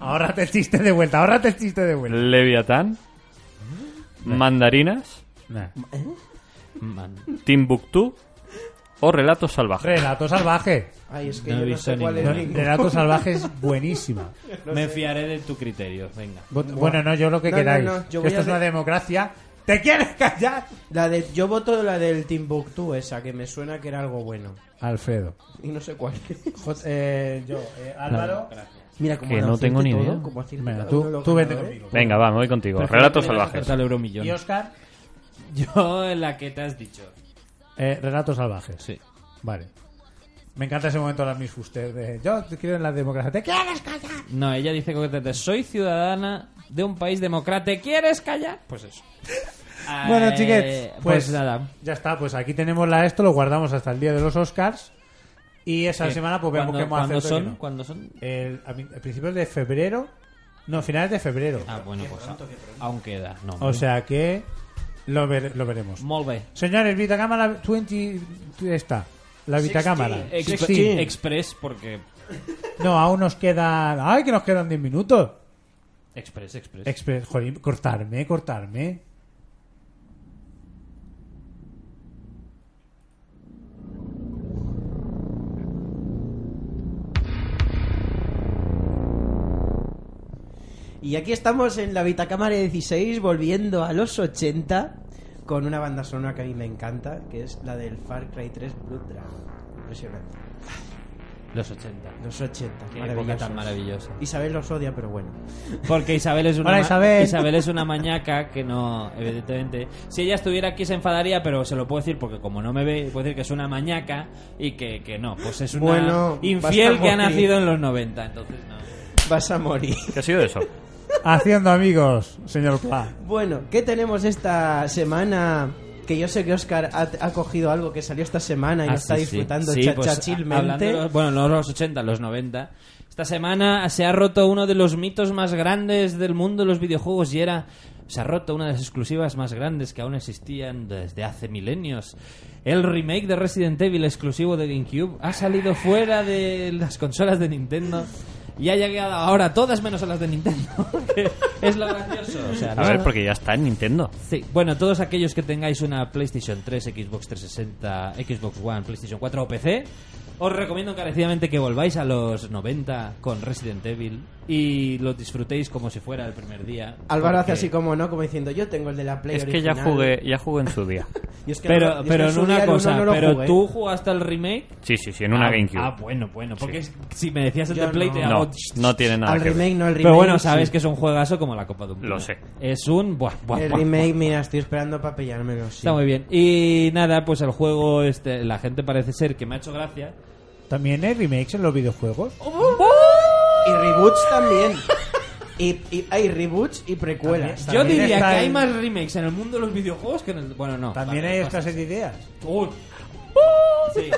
[SPEAKER 4] Ahora te chiste de vuelta, ahora te chiste de vuelta.
[SPEAKER 7] Leviatán, Mandarinas,
[SPEAKER 4] Nah.
[SPEAKER 6] Man.
[SPEAKER 7] Timbuktu o Relatos Salvajes.
[SPEAKER 4] Relato salvaje.
[SPEAKER 5] Ay, es que
[SPEAKER 6] No he
[SPEAKER 5] yo no
[SPEAKER 6] visto
[SPEAKER 5] sé cuál es
[SPEAKER 6] ninguna.
[SPEAKER 5] ningún-
[SPEAKER 4] Relato salvaje es buenísima.
[SPEAKER 6] Me fiaré de tu criterio, venga.
[SPEAKER 4] Vot- Bueno, no, yo lo que
[SPEAKER 5] No,
[SPEAKER 4] queráis.
[SPEAKER 5] no, no, yo voy
[SPEAKER 4] Esto
[SPEAKER 5] a
[SPEAKER 4] es una
[SPEAKER 5] de-
[SPEAKER 4] democracia. ¿Te quieres callar?
[SPEAKER 5] La de, yo voto la del Timbuktu esa, que me suena que era algo bueno.
[SPEAKER 4] Alfredo.
[SPEAKER 5] Y no sé cuál.
[SPEAKER 4] Jo- eh, yo, eh, Álvaro.
[SPEAKER 5] Mira, como
[SPEAKER 7] Que no tengo ni idea.
[SPEAKER 4] Venga, tú, tú vete conmigo.
[SPEAKER 7] Venga, va, me voy contigo. Relatos
[SPEAKER 6] Acertar
[SPEAKER 7] Salvajes.
[SPEAKER 6] al
[SPEAKER 4] Y
[SPEAKER 6] Euromillón.
[SPEAKER 4] Oscar.
[SPEAKER 6] Yo en la que te has dicho.
[SPEAKER 4] Eh, relatos salvajes.
[SPEAKER 6] Sí.
[SPEAKER 4] Vale. Me encanta ese momento de la Miss Fuster. De, yo te quiero en la democracia. ¿Te quieres callar?
[SPEAKER 6] No, ella dice concretamente, soy ciudadana de un país demócrata, ¿quieres callar? Pues eso.
[SPEAKER 4] Bueno,
[SPEAKER 6] Eh,
[SPEAKER 4] chiquets,
[SPEAKER 6] pues,
[SPEAKER 4] pues,
[SPEAKER 6] nada.
[SPEAKER 4] Ya está, pues aquí tenemos la esto, lo guardamos hasta el día de los Oscars. Y esa
[SPEAKER 6] Eh,
[SPEAKER 4] semana pues veamos
[SPEAKER 6] ¿cuándo-
[SPEAKER 4] qué hemos
[SPEAKER 6] ¿Cuándo
[SPEAKER 4] acertado y
[SPEAKER 6] son?
[SPEAKER 4] qué no.
[SPEAKER 6] ¿Cuándo son?
[SPEAKER 4] El, a, min- a principios de febrero. No, finales de febrero.
[SPEAKER 6] Ah, bueno, pues aún queda. No,
[SPEAKER 4] o sea que lo, ver- lo veremos.
[SPEAKER 6] molt bé.
[SPEAKER 4] Señores, Vitacámara 20... Está. La Vitacámara.
[SPEAKER 6] Ex-
[SPEAKER 4] Sí,
[SPEAKER 6] Express,
[SPEAKER 4] sí.
[SPEAKER 6] porque...
[SPEAKER 4] No, aún nos quedan... ¡Ay, que nos quedan 10 minutos!
[SPEAKER 6] Express, Express.
[SPEAKER 4] Express, joder, cortarme, cortarme.
[SPEAKER 5] Y aquí estamos en la Vitacámara 16, volviendo a los 80, con una banda sonora que a mí me encanta, que es la del Far Cry 3 Blood Dragon. Impresionante.
[SPEAKER 6] Los 80.
[SPEAKER 5] Los 80,
[SPEAKER 6] Qué época
[SPEAKER 5] maravilloso.
[SPEAKER 6] tan maravillosa.
[SPEAKER 5] Isabel los odia, pero bueno.
[SPEAKER 6] Porque Isabel es una
[SPEAKER 4] Hola,
[SPEAKER 6] ma-
[SPEAKER 4] Isabel.
[SPEAKER 6] es una mañaca que no, evidentemente. Si ella estuviera aquí se enfadaría, pero se lo puedo decir porque como no me ve, puedo decir que es una mañaca y que, que no, pues es una
[SPEAKER 5] Bueno,
[SPEAKER 6] infiel
[SPEAKER 5] basta
[SPEAKER 6] que ha
[SPEAKER 5] morir.
[SPEAKER 6] nacido en los 90, entonces no.
[SPEAKER 5] Vas a morir.
[SPEAKER 7] ¿Qué ha sido eso?
[SPEAKER 4] Haciendo amigos, señor Pla.
[SPEAKER 5] Bueno, ¿qué tenemos esta semana? Que yo sé que Oscar ha, ha cogido algo que salió esta semana y lo
[SPEAKER 6] Ah,
[SPEAKER 5] está
[SPEAKER 6] sí, sí.
[SPEAKER 5] disfrutando
[SPEAKER 6] Sí,
[SPEAKER 5] cha-
[SPEAKER 6] pues,
[SPEAKER 5] chachilmente.
[SPEAKER 6] hablando de los- bueno, no los 80, los 90. Esta semana se ha roto uno de los mitos más grandes del mundo de los videojuegos y era. Se ha roto una de las exclusivas más grandes que aún existían desde hace milenios. El remake de Resident Evil exclusivo de GameCube ha salido fuera de las consolas de Nintendo y ha llegado ahora todas menos a las de Nintendo. que es lo gracioso. O sea,
[SPEAKER 7] A
[SPEAKER 6] ¿no?
[SPEAKER 7] ver, porque ya está en Nintendo.
[SPEAKER 6] Sí, bueno, todos aquellos que tengáis una PlayStation 3, Xbox 360, Xbox One, PlayStation 4 o PC, os recomiendo encarecidamente que volváis a los 90 con Resident Evil y lo disfrutéis como si fuera el primer día.
[SPEAKER 5] Álvaro hace
[SPEAKER 6] porque-
[SPEAKER 5] así como no, como diciendo yo tengo el de la Play
[SPEAKER 7] Es que ya
[SPEAKER 5] original".
[SPEAKER 7] jugué, ya jugué en su día.
[SPEAKER 5] Y es que no- y
[SPEAKER 6] Pero,
[SPEAKER 5] es que
[SPEAKER 6] pero
[SPEAKER 5] en
[SPEAKER 6] en
[SPEAKER 5] su día
[SPEAKER 6] una
[SPEAKER 5] el uno
[SPEAKER 6] cosa,
[SPEAKER 5] no lo
[SPEAKER 6] pero
[SPEAKER 5] jugué.
[SPEAKER 6] tú jugaste el remake.
[SPEAKER 7] Sí, sí, sí, en una
[SPEAKER 6] ah,
[SPEAKER 7] GameCube.
[SPEAKER 6] Ah, bueno, bueno, porque
[SPEAKER 7] Sí.
[SPEAKER 6] es- si me decías el
[SPEAKER 5] Yo
[SPEAKER 6] de Play
[SPEAKER 5] no.
[SPEAKER 6] te hago...
[SPEAKER 7] No, no tiene nada
[SPEAKER 5] Al
[SPEAKER 7] que ver.
[SPEAKER 5] remake, no el remake.
[SPEAKER 6] Pero bueno, sabes
[SPEAKER 5] sí.
[SPEAKER 6] que es un juegazo como la copa de un
[SPEAKER 7] Lo
[SPEAKER 6] pino.
[SPEAKER 7] sé.
[SPEAKER 6] Es un... Buah, buah,
[SPEAKER 5] El
[SPEAKER 6] buah,
[SPEAKER 5] remake, mira, estoy esperando para pillármelo. sí.
[SPEAKER 6] Está muy bien. Y nada, pues el juego, este, la gente parece ser que me ha hecho gracia.
[SPEAKER 4] También hay remakes en los videojuegos.
[SPEAKER 6] ¡Oh!
[SPEAKER 5] Y reboots también. Y, y- hay reboots y precuelas.
[SPEAKER 6] Yo
[SPEAKER 5] también.
[SPEAKER 6] diría que
[SPEAKER 4] está
[SPEAKER 6] hay
[SPEAKER 4] el-
[SPEAKER 6] más remakes en el mundo de los videojuegos que en el. Bueno, no.
[SPEAKER 4] También
[SPEAKER 6] vale,
[SPEAKER 4] hay
[SPEAKER 6] pasa.
[SPEAKER 4] escasez de ideas.
[SPEAKER 6] Uy. Sí.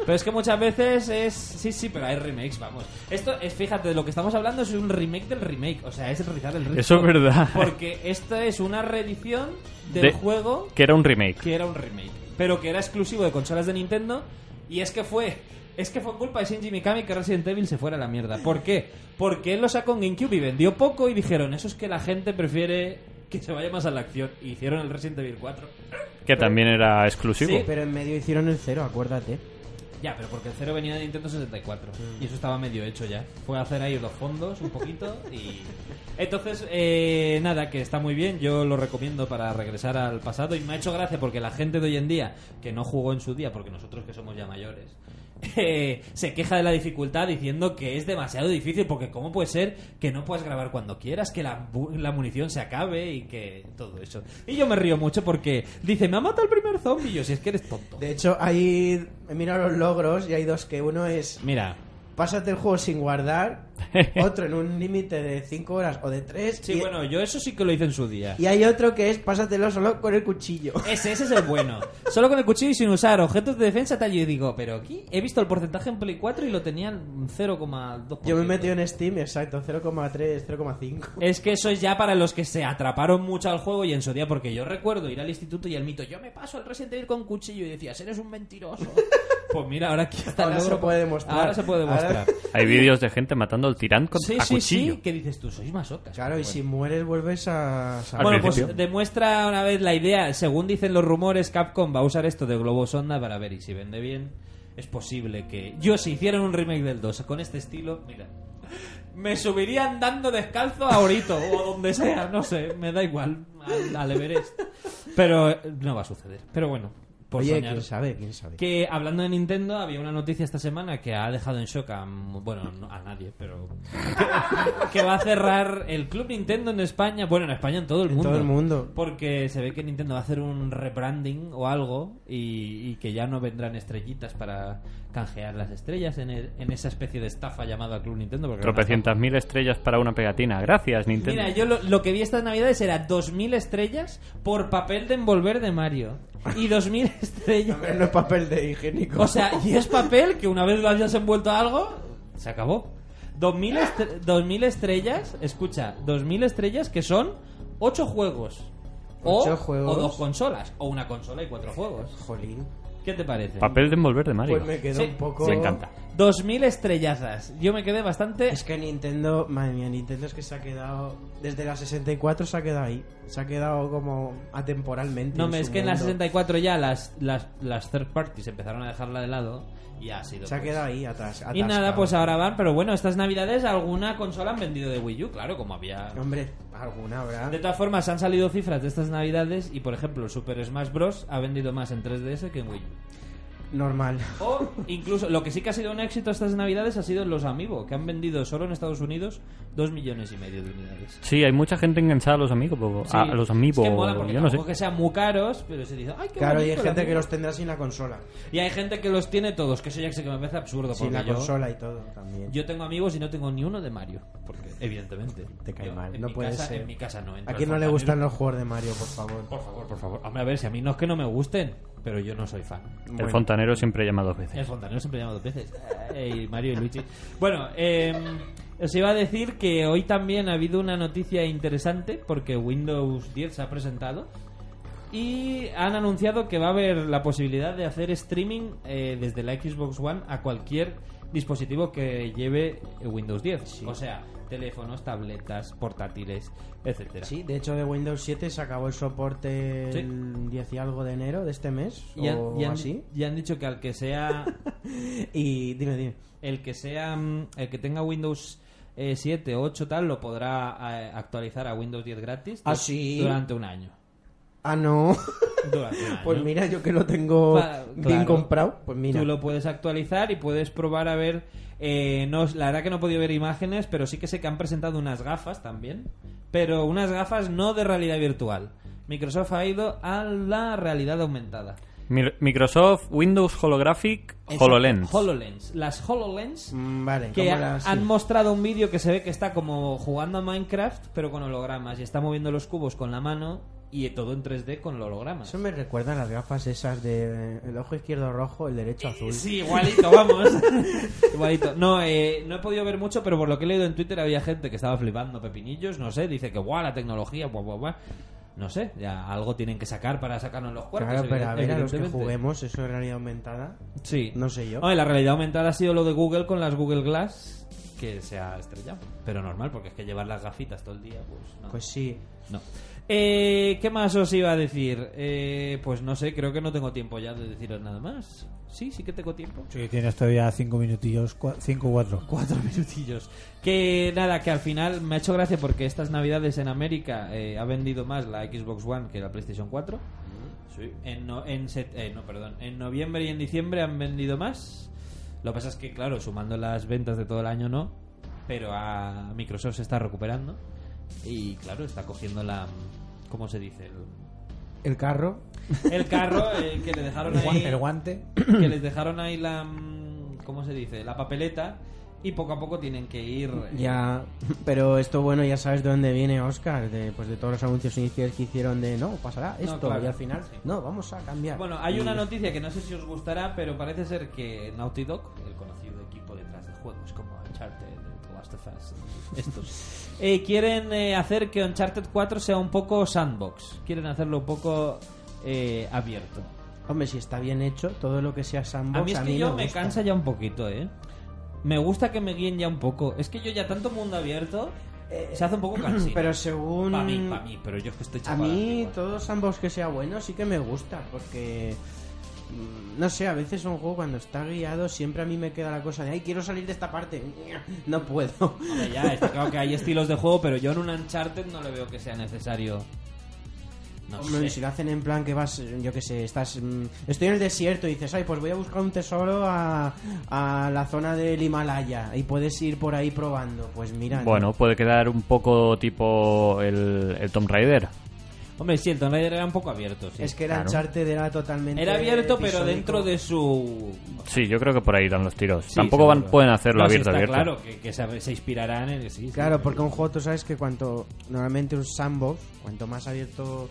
[SPEAKER 6] Pero es que muchas veces es. Sí, sí, pero hay remakes, vamos. Esto es, fíjate, de lo que estamos hablando es un remake del remake. O sea, es rizar el rizo.
[SPEAKER 7] Eso es verdad.
[SPEAKER 6] Porque esta es una reedición del
[SPEAKER 7] De-
[SPEAKER 6] juego
[SPEAKER 7] Que era un remake.
[SPEAKER 6] que era un remake, pero que era exclusivo de consolas de Nintendo y es que fue es que fue culpa de Shinji Mikami que Resident Evil se fuera a la mierda. ¿Por qué? Porque él lo sacó en GameCube y vendió poco y dijeron, "Eso es que la gente prefiere que se vaya más a la acción" y hicieron el Resident Evil 4.
[SPEAKER 7] Que también era exclusivo.
[SPEAKER 6] Sí. pues.
[SPEAKER 5] Pero en medio hicieron el cero, acuérdate.
[SPEAKER 6] Ya, pero porque el cero venía de Nintendo 64 y eso estaba medio hecho ya. Fue a hacer ahí los fondos un poquito y entonces eh, nada que está muy bien. Yo lo recomiendo para regresar al pasado y me ha hecho gracia porque la gente de hoy en día que no jugó en su día, porque nosotros que somos ya mayores, eh, se queja de la dificultad diciendo que es demasiado difícil porque cómo puede ser que no puedas grabar cuando quieras, que la, bu- la munición se acabe y que todo eso. Y yo me río mucho porque dice me ha matado el primer zombie. Y Yo si es que eres tonto.
[SPEAKER 5] De hecho, hay. Mira los logros y hay dos que uno es.
[SPEAKER 6] Mira,
[SPEAKER 5] Pásate el juego sin guardar. Otro en un límite de 5 horas o de 3.
[SPEAKER 6] Sí, bueno, yo eso sí que lo hice en su día.
[SPEAKER 5] Y hay otro que es pásatelo solo con el cuchillo.
[SPEAKER 6] Ese, ese es el bueno. Solo con el cuchillo y sin usar objetos de defensa tal. Yo digo, pero aquí he visto el porcentaje en Play 4 y lo tenían 0,2%.
[SPEAKER 5] Yo me he metido en Steam, exacto, 0,3, 0,5.
[SPEAKER 6] Es que eso es ya para los que se atraparon mucho al juego y en su día, porque yo recuerdo ir al instituto y el mito, yo me paso al Resident Evil con cuchillo y decías, eres un mentiroso. pues mira, ahora aquí está el
[SPEAKER 5] Ahora se
[SPEAKER 6] logro.
[SPEAKER 5] puede demostrar.
[SPEAKER 6] Ahora se puede
[SPEAKER 5] Ahora-
[SPEAKER 6] demostrar.
[SPEAKER 7] Hay vídeos de gente matando al tirán con
[SPEAKER 6] Sí,
[SPEAKER 7] a
[SPEAKER 6] sí,
[SPEAKER 7] cuchillo.
[SPEAKER 6] sí, que dices tú, sois masocas.
[SPEAKER 5] Claro, y
[SPEAKER 6] Bueno.
[SPEAKER 5] si mueres vuelves a...
[SPEAKER 7] Al
[SPEAKER 6] bueno,
[SPEAKER 7] principio.
[SPEAKER 6] pues demuestra una vez la idea. Según dicen los rumores, Capcom va a usar esto de globo sonda para ver y si vende bien. Es posible que. Yo, si hicieran un remake del 2 con este estilo, mira. Me subiría andando descalzo a Orito o a donde sea, no sé, me da igual, al, al Everest. Pero eh, no va a suceder. Pero bueno, por
[SPEAKER 5] Oye,
[SPEAKER 6] soñar.
[SPEAKER 5] quién sabe, quién sabe.
[SPEAKER 6] Que hablando de Nintendo, había una noticia esta semana que ha dejado en shock a. Bueno, no- a nadie, pero. que va a cerrar el Club Nintendo en España. Bueno, en España, en todo el
[SPEAKER 5] En
[SPEAKER 6] mundo.
[SPEAKER 5] todo el mundo.
[SPEAKER 6] Porque se ve que Nintendo va a hacer un rebranding o algo y, y que ya no vendrán estrellitas para canjear las estrellas en, el- en esa especie de estafa llamada Club Nintendo. Porque
[SPEAKER 7] Tropecientas mil estrellas para una pegatina. Gracias, Nintendo.
[SPEAKER 6] Mira, yo lo, lo que vi estas navidades era 2.000 estrellas por papel de envolver de Mario. Y 2.000 estrellas.
[SPEAKER 5] Hombre, no es papel de higiénico.
[SPEAKER 6] O sea, y es papel que una vez lo hayas envuelto a algo, se acabó. 2000, estre- 2000 estrellas, escucha, 2000 estrellas que son 8 juegos. O,
[SPEAKER 5] Ocho juegos.
[SPEAKER 6] o dos consolas, o una consola y cuatro juegos.
[SPEAKER 5] Jolín.
[SPEAKER 6] ¿Qué te parece?
[SPEAKER 7] Papel de envolver de Mario.
[SPEAKER 5] Pues me quedo
[SPEAKER 6] Sí,
[SPEAKER 5] un poco...
[SPEAKER 7] Me encanta.
[SPEAKER 6] 2000 estrellazas. Yo me quedé bastante.
[SPEAKER 5] Es que Nintendo, madre mía, Nintendo es que se ha quedado... Desde la 64 se ha quedado ahí. Se ha quedado como atemporalmente.
[SPEAKER 6] No,
[SPEAKER 5] en
[SPEAKER 6] me,
[SPEAKER 5] su
[SPEAKER 6] es que en la
[SPEAKER 5] mundo.
[SPEAKER 6] 64 ya las, las, las third parties empezaron a dejarla de lado y ha sido.
[SPEAKER 5] Se ha
[SPEAKER 6] pues,
[SPEAKER 5] quedado ahí atrás.
[SPEAKER 6] Y nada, pues ahora van, pero bueno, estas navidades alguna consola han vendido de Wii U, claro, como había.
[SPEAKER 5] Hombre, alguna habrá.
[SPEAKER 6] De todas formas, han salido cifras de estas navidades y, por ejemplo, Super Smash Bros. ha vendido más en 3DS que en Wii. U.
[SPEAKER 5] Normal.
[SPEAKER 6] O incluso, lo que sí que ha sido un éxito estas navidades ha sido los Amiibo, que han vendido solo en Estados Unidos 2 millones y medio de unidades.
[SPEAKER 7] Sí, hay mucha gente enganchada a los amigos. A,
[SPEAKER 6] Sí.
[SPEAKER 7] a Ah, los amigos.
[SPEAKER 6] Es que mola porque
[SPEAKER 7] yo no sé.
[SPEAKER 6] tampoco que sean muy caros, pero se dice, "Ay, qué
[SPEAKER 5] Claro, y hay
[SPEAKER 6] bonito el
[SPEAKER 5] gente que
[SPEAKER 6] Amiibo".
[SPEAKER 5] los tendrá sin la consola.
[SPEAKER 6] Y hay gente que los tiene todos, que eso ya sé que me parece absurdo.
[SPEAKER 5] Sin la
[SPEAKER 6] porque yo-
[SPEAKER 5] consola y todo también.
[SPEAKER 6] Yo tengo amigos y no tengo ni uno de Mario, porque evidentemente.
[SPEAKER 5] Te cae
[SPEAKER 6] yo-
[SPEAKER 5] mal,
[SPEAKER 6] en
[SPEAKER 5] no
[SPEAKER 6] mi
[SPEAKER 5] puede
[SPEAKER 6] casa-
[SPEAKER 5] ser.
[SPEAKER 6] En mi casa no entra
[SPEAKER 5] ¿A quién no
[SPEAKER 6] el
[SPEAKER 5] le
[SPEAKER 6] fontanero.
[SPEAKER 5] gustan los juegos de Mario, por favor?
[SPEAKER 6] Por favor, por favor. Hombre, a ver, si a mí no es que no me gusten, pero yo no soy fan.
[SPEAKER 7] El fontanero siempre llama dos veces.
[SPEAKER 6] El fontanero siempre llama dos veces. Eh, y Mario y Luigi. Bueno, eh, os iba a decir que hoy también ha habido una noticia interesante porque Windows 10 se ha presentado y han anunciado que va a haber la posibilidad de hacer streaming eh, desde la Xbox One a cualquier dispositivo que lleve el Windows 10. O sea, teléfonos, tabletas, portátiles, etcétera.
[SPEAKER 5] Sí, de hecho de Windows 7 se acabó el soporte
[SPEAKER 6] Sí.
[SPEAKER 5] el 10 y algo de enero de este mes
[SPEAKER 6] Y han,
[SPEAKER 5] o
[SPEAKER 6] y han-
[SPEAKER 5] así.
[SPEAKER 6] y han dicho que al que sea
[SPEAKER 5] Y dime, dime.
[SPEAKER 6] el que sea mm, el que tenga Windows eh, 7 o 8 tal lo podrá eh, actualizar a Windows 10 gratis
[SPEAKER 5] ¿Ah,
[SPEAKER 6] du-
[SPEAKER 5] sí?
[SPEAKER 6] durante un año.
[SPEAKER 5] Ah, no.
[SPEAKER 6] Durante un año.
[SPEAKER 5] pues mira, yo que lo tengo
[SPEAKER 6] Fa-
[SPEAKER 5] bien
[SPEAKER 6] claro.
[SPEAKER 5] comprado, pues mira.
[SPEAKER 6] Tú lo puedes actualizar y puedes probar a ver. eh, no, la verdad que no he podido ver imágenes, pero sí que sé que han presentado unas gafas también. Pero unas gafas no de realidad virtual. Microsoft ha ido a la realidad aumentada.
[SPEAKER 7] Mi- Microsoft Windows Holographic
[SPEAKER 6] Esa-
[SPEAKER 7] HoloLens.
[SPEAKER 6] HoloLens. Las HoloLens
[SPEAKER 5] Mm, Vale,
[SPEAKER 6] que
[SPEAKER 5] cámara,
[SPEAKER 6] ha-
[SPEAKER 5] sí.
[SPEAKER 6] han mostrado un vídeo que se ve que está como jugando a Minecraft, pero con hologramas. Y está moviendo los cubos con la mano y todo en 3D con hologramas.
[SPEAKER 5] Eso me recuerda a las gafas esas de eh, el ojo izquierdo rojo, el
[SPEAKER 6] Eh,
[SPEAKER 5] derecho azul.
[SPEAKER 6] Sí, igualito, vamos. igualito. No, eh, no he podido ver mucho, pero por lo que he leído en Twitter había gente que estaba flipando pepinillos, no sé, dice que guau, la tecnología, guau, guau, guau. No sé, ya algo tienen que sacar para sacarnos los cuerpos.
[SPEAKER 5] Claro, pero a ver, a los que
[SPEAKER 6] evidentemente.
[SPEAKER 5] juguemos, eso es realidad aumentada.
[SPEAKER 6] Sí.
[SPEAKER 5] No sé yo.
[SPEAKER 6] Hombre, la realidad aumentada ha sido lo de Google con las Google Glass, que se ha estrellado. Pero normal, porque es que llevar las gafitas todo el día, pues no.
[SPEAKER 5] Pues sí.
[SPEAKER 6] No. Eh, ¿Qué más os iba a decir? Eh, pues no sé, creo que no tengo tiempo ya de deciros nada más. Sí, sí que tengo tiempo.
[SPEAKER 4] Sí, tienes todavía cinco minutillos, cua- cinco o cuatro.
[SPEAKER 6] Cuatro minutillos. Que nada, que al final me ha hecho gracia porque estas navidades en América eh, ha vendido más la Xbox One que la PlayStation 4. Sí. En, no, en, set- eh, no, perdón. En noviembre y en diciembre han vendido más. Lo que pasa es que, claro, sumando las ventas de todo el año no. Pero a Microsoft se está recuperando. Y claro, está cogiendo la. ¿Cómo se dice? El,
[SPEAKER 5] El carro.
[SPEAKER 6] el carro eh, que le dejaron
[SPEAKER 4] El
[SPEAKER 6] ahí
[SPEAKER 4] guante, el guante.
[SPEAKER 6] que les dejaron ahí la mm, ¿cómo se dice? la papeleta y poco a poco tienen que ir eh,
[SPEAKER 5] Ya, pero esto bueno, ya sabes de dónde viene Oscar, de, pues de todos los anuncios iniciales que hicieron de no, pasará esto
[SPEAKER 6] claro.
[SPEAKER 5] y al final,
[SPEAKER 6] Sí.
[SPEAKER 5] no, vamos a cambiar.
[SPEAKER 6] bueno hay
[SPEAKER 5] Y-
[SPEAKER 6] una noticia que no sé si os gustará pero parece ser que Naughty Dog el conocido equipo detrás de juegos como Uncharted The Last of Us estos eh, quieren eh, hacer que Uncharted 4 sea un poco sandbox quieren hacerlo un poco eh, abierto
[SPEAKER 5] Hombre, si está bien hecho, todo lo que sea sandbox
[SPEAKER 6] a mí es que yo me
[SPEAKER 5] gusta.
[SPEAKER 6] cansa ya un poquito eh me gusta que me guíen ya un poco es que yo ya tanto mundo abierto
[SPEAKER 5] Eh,
[SPEAKER 6] se hace un poco cansino
[SPEAKER 5] Pero según
[SPEAKER 6] Para mí, para mí, pero yo es que estoy
[SPEAKER 5] A
[SPEAKER 6] chapado.
[SPEAKER 5] mí
[SPEAKER 6] igual.
[SPEAKER 5] todo sandbox que sea bueno sí que me gusta, porque mm, no sé, a veces un juego cuando está guiado siempre a mí me queda la cosa de, ay, quiero salir de esta parte, no puedo.
[SPEAKER 6] Hombre, ya, está claro que hay estilos de juego, pero yo en un Uncharted no le veo que sea necesario. No
[SPEAKER 5] Hombre,
[SPEAKER 6] sé.
[SPEAKER 5] si lo hacen en plan que vas, yo qué sé, estás. mm, Estoy en el desierto y dices, ay, pues voy a buscar un tesoro a, a la zona del Himalaya y puedes ir por ahí probando. Pues mira.
[SPEAKER 7] Bueno, puede quedar un poco tipo el, el Tomb Raider.
[SPEAKER 6] Hombre, sí, el Tomb Raider era un poco abierto, sí.
[SPEAKER 5] es que era Uncharted era totalmente.
[SPEAKER 6] Era abierto, pero
[SPEAKER 5] episódico.
[SPEAKER 6] dentro de su...
[SPEAKER 7] Sí, yo creo que por ahí dan los tiros.
[SPEAKER 6] Sí,
[SPEAKER 7] Tampoco van,
[SPEAKER 6] seguro.
[SPEAKER 7] pueden hacerlo
[SPEAKER 6] No, sí,
[SPEAKER 7] abierto,
[SPEAKER 6] está
[SPEAKER 7] abierto.
[SPEAKER 6] Claro, que, que se, se inspirarán en... Sí, sí.
[SPEAKER 5] Claro, porque un juego, tú sabes que cuanto. Normalmente un sandbox, cuanto más abierto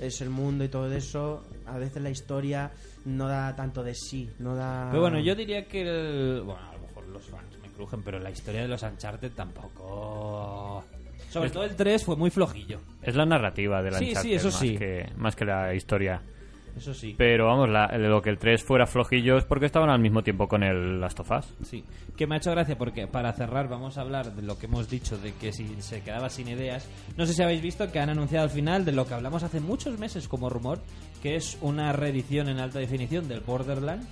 [SPEAKER 5] es el mundo y todo eso, a veces la historia no da tanto de sí, no da.
[SPEAKER 6] Pero bueno, yo diría que el... Bueno, a lo mejor los fans me crujen, pero la historia de los Uncharted tampoco... Sobre todo el 3 fue muy flojillo.
[SPEAKER 7] Es la narrativa del
[SPEAKER 6] Sí, sí,
[SPEAKER 7] Uncharted
[SPEAKER 6] eso
[SPEAKER 7] más,
[SPEAKER 6] sí.
[SPEAKER 7] que, más que la historia.
[SPEAKER 6] Eso sí.
[SPEAKER 7] Pero vamos, la- lo que el 3 fuera flojillo es porque estaban al mismo tiempo con el Last of Us.
[SPEAKER 6] Sí, que me ha hecho gracia porque para cerrar vamos a hablar de lo que hemos dicho de que si se quedaba sin ideas. No sé si habéis visto que han anunciado al final de lo que hablamos hace muchos meses como rumor, que es una reedición en alta definición del Borderlands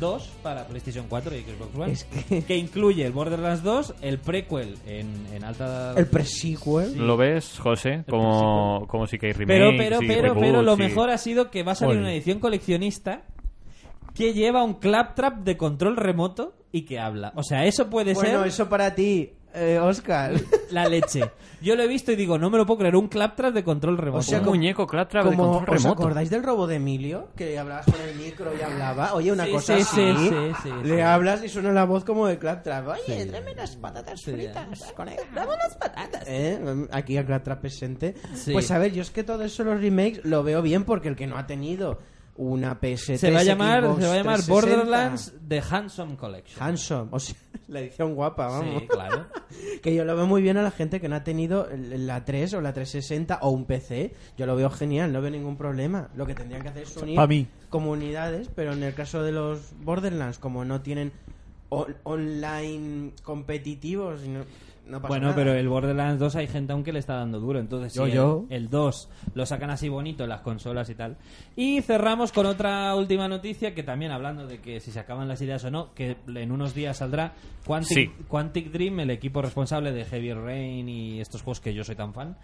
[SPEAKER 6] 2 para PlayStation 4 y Xbox One,
[SPEAKER 5] Es que-
[SPEAKER 6] incluye el Borderlands 2, el prequel en, en alta
[SPEAKER 5] El pre-sequel.
[SPEAKER 7] ¿Lo ves, José? Como, como si que hay
[SPEAKER 6] pero,
[SPEAKER 7] remakes
[SPEAKER 6] pero,
[SPEAKER 7] y
[SPEAKER 6] pero,
[SPEAKER 7] reboots
[SPEAKER 6] pero lo
[SPEAKER 7] y-
[SPEAKER 6] mejor ha sido que va a salir
[SPEAKER 4] Ole.
[SPEAKER 6] una edición coleccionista que lleva un claptrap de control remoto y que habla. O sea, eso puede ser
[SPEAKER 5] Bueno, eso para ti, eh, Oscar.
[SPEAKER 6] la leche. Yo lo he visto y digo, no me lo puedo creer, un claptrap de control remoto.
[SPEAKER 5] O sea,
[SPEAKER 7] Un
[SPEAKER 5] como-
[SPEAKER 7] muñeco clatra de
[SPEAKER 5] Como,
[SPEAKER 7] control
[SPEAKER 5] ¿Os
[SPEAKER 7] remoto.
[SPEAKER 5] acordáis del robo de Emilio? Que hablabas con el micro y hablaba. Oye, una
[SPEAKER 6] Sí,
[SPEAKER 5] cosa
[SPEAKER 6] sí,
[SPEAKER 5] así.
[SPEAKER 6] sí, sí, sí,
[SPEAKER 5] le
[SPEAKER 6] sí.
[SPEAKER 5] hablas y suena la voz como de Claptrap. Oye, tráeme las patatas
[SPEAKER 6] Sí.
[SPEAKER 5] fritas, colega. Dame las patatas. ¿Eh? Aquí a Claptrap presente.
[SPEAKER 6] Sí.
[SPEAKER 5] Pues a ver, yo es que todo eso, los remakes, lo veo bien porque el que no ha tenido una PS3
[SPEAKER 6] se va a llamar,
[SPEAKER 5] Xbox
[SPEAKER 6] se va a llamar
[SPEAKER 5] 360,
[SPEAKER 6] Borderlands The Handsome Collection.
[SPEAKER 5] Handsome, o sea, la edición guapa, vamos.
[SPEAKER 6] Sí, claro.
[SPEAKER 5] Que yo lo veo muy bien a la gente que no ha tenido el- la 3 o la 360 o un PC. Yo lo veo genial, no veo ningún problema. Lo que tendrían que hacer es unir
[SPEAKER 4] pa' mí.
[SPEAKER 5] comunidades, pero en el caso de los Borderlands, como no tienen on- online competitivos. y No, no pasa
[SPEAKER 6] Bueno,
[SPEAKER 5] nada.
[SPEAKER 6] pero el Borderlands 2 hay gente aún que le está dando duro. Entonces,
[SPEAKER 5] Yo,
[SPEAKER 6] si el-
[SPEAKER 5] yo.
[SPEAKER 6] El, 2 lo sacan así bonito en las consolas y tal. Y cerramos con otra última noticia que también hablando de que si se acaban las ideas o no, que en unos días saldrá Quantic,
[SPEAKER 7] Sí.
[SPEAKER 6] Quantic Dream, el equipo responsable de Heavy Rain y estos juegos que yo soy tan fan.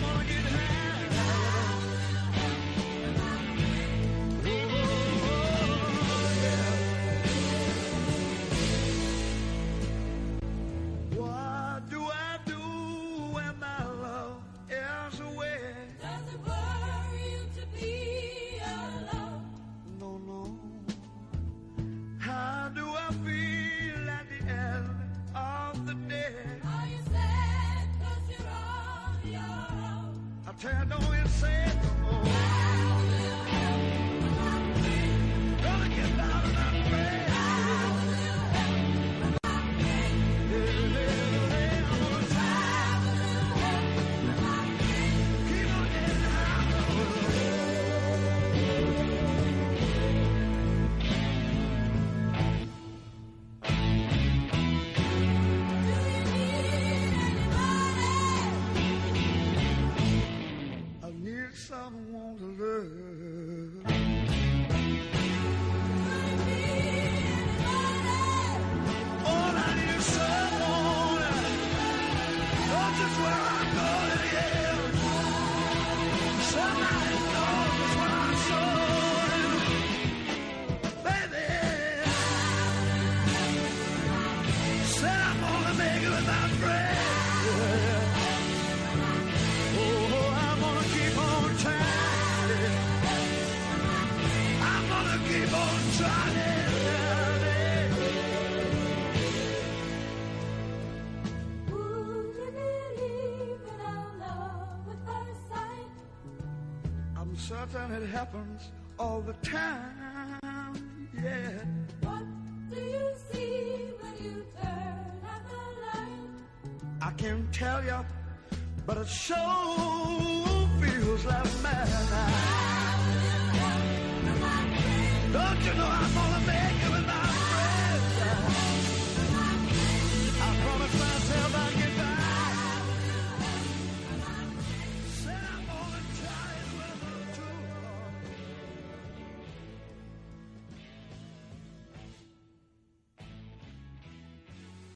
[SPEAKER 8] gonna get high. Oh, What do I do when my love is away?
[SPEAKER 9] Doesn't worry you to be alone.
[SPEAKER 8] No, no. How do I feel at the end of the day?
[SPEAKER 9] Are you sad? Cause you're on your own. Would you believe in our love at first sight?
[SPEAKER 8] I'm certain it happens all the time. Yeah.
[SPEAKER 9] What do you see when you turn out the light?
[SPEAKER 8] I can't tell you, but it sure feels like mad. Don't you know I'm all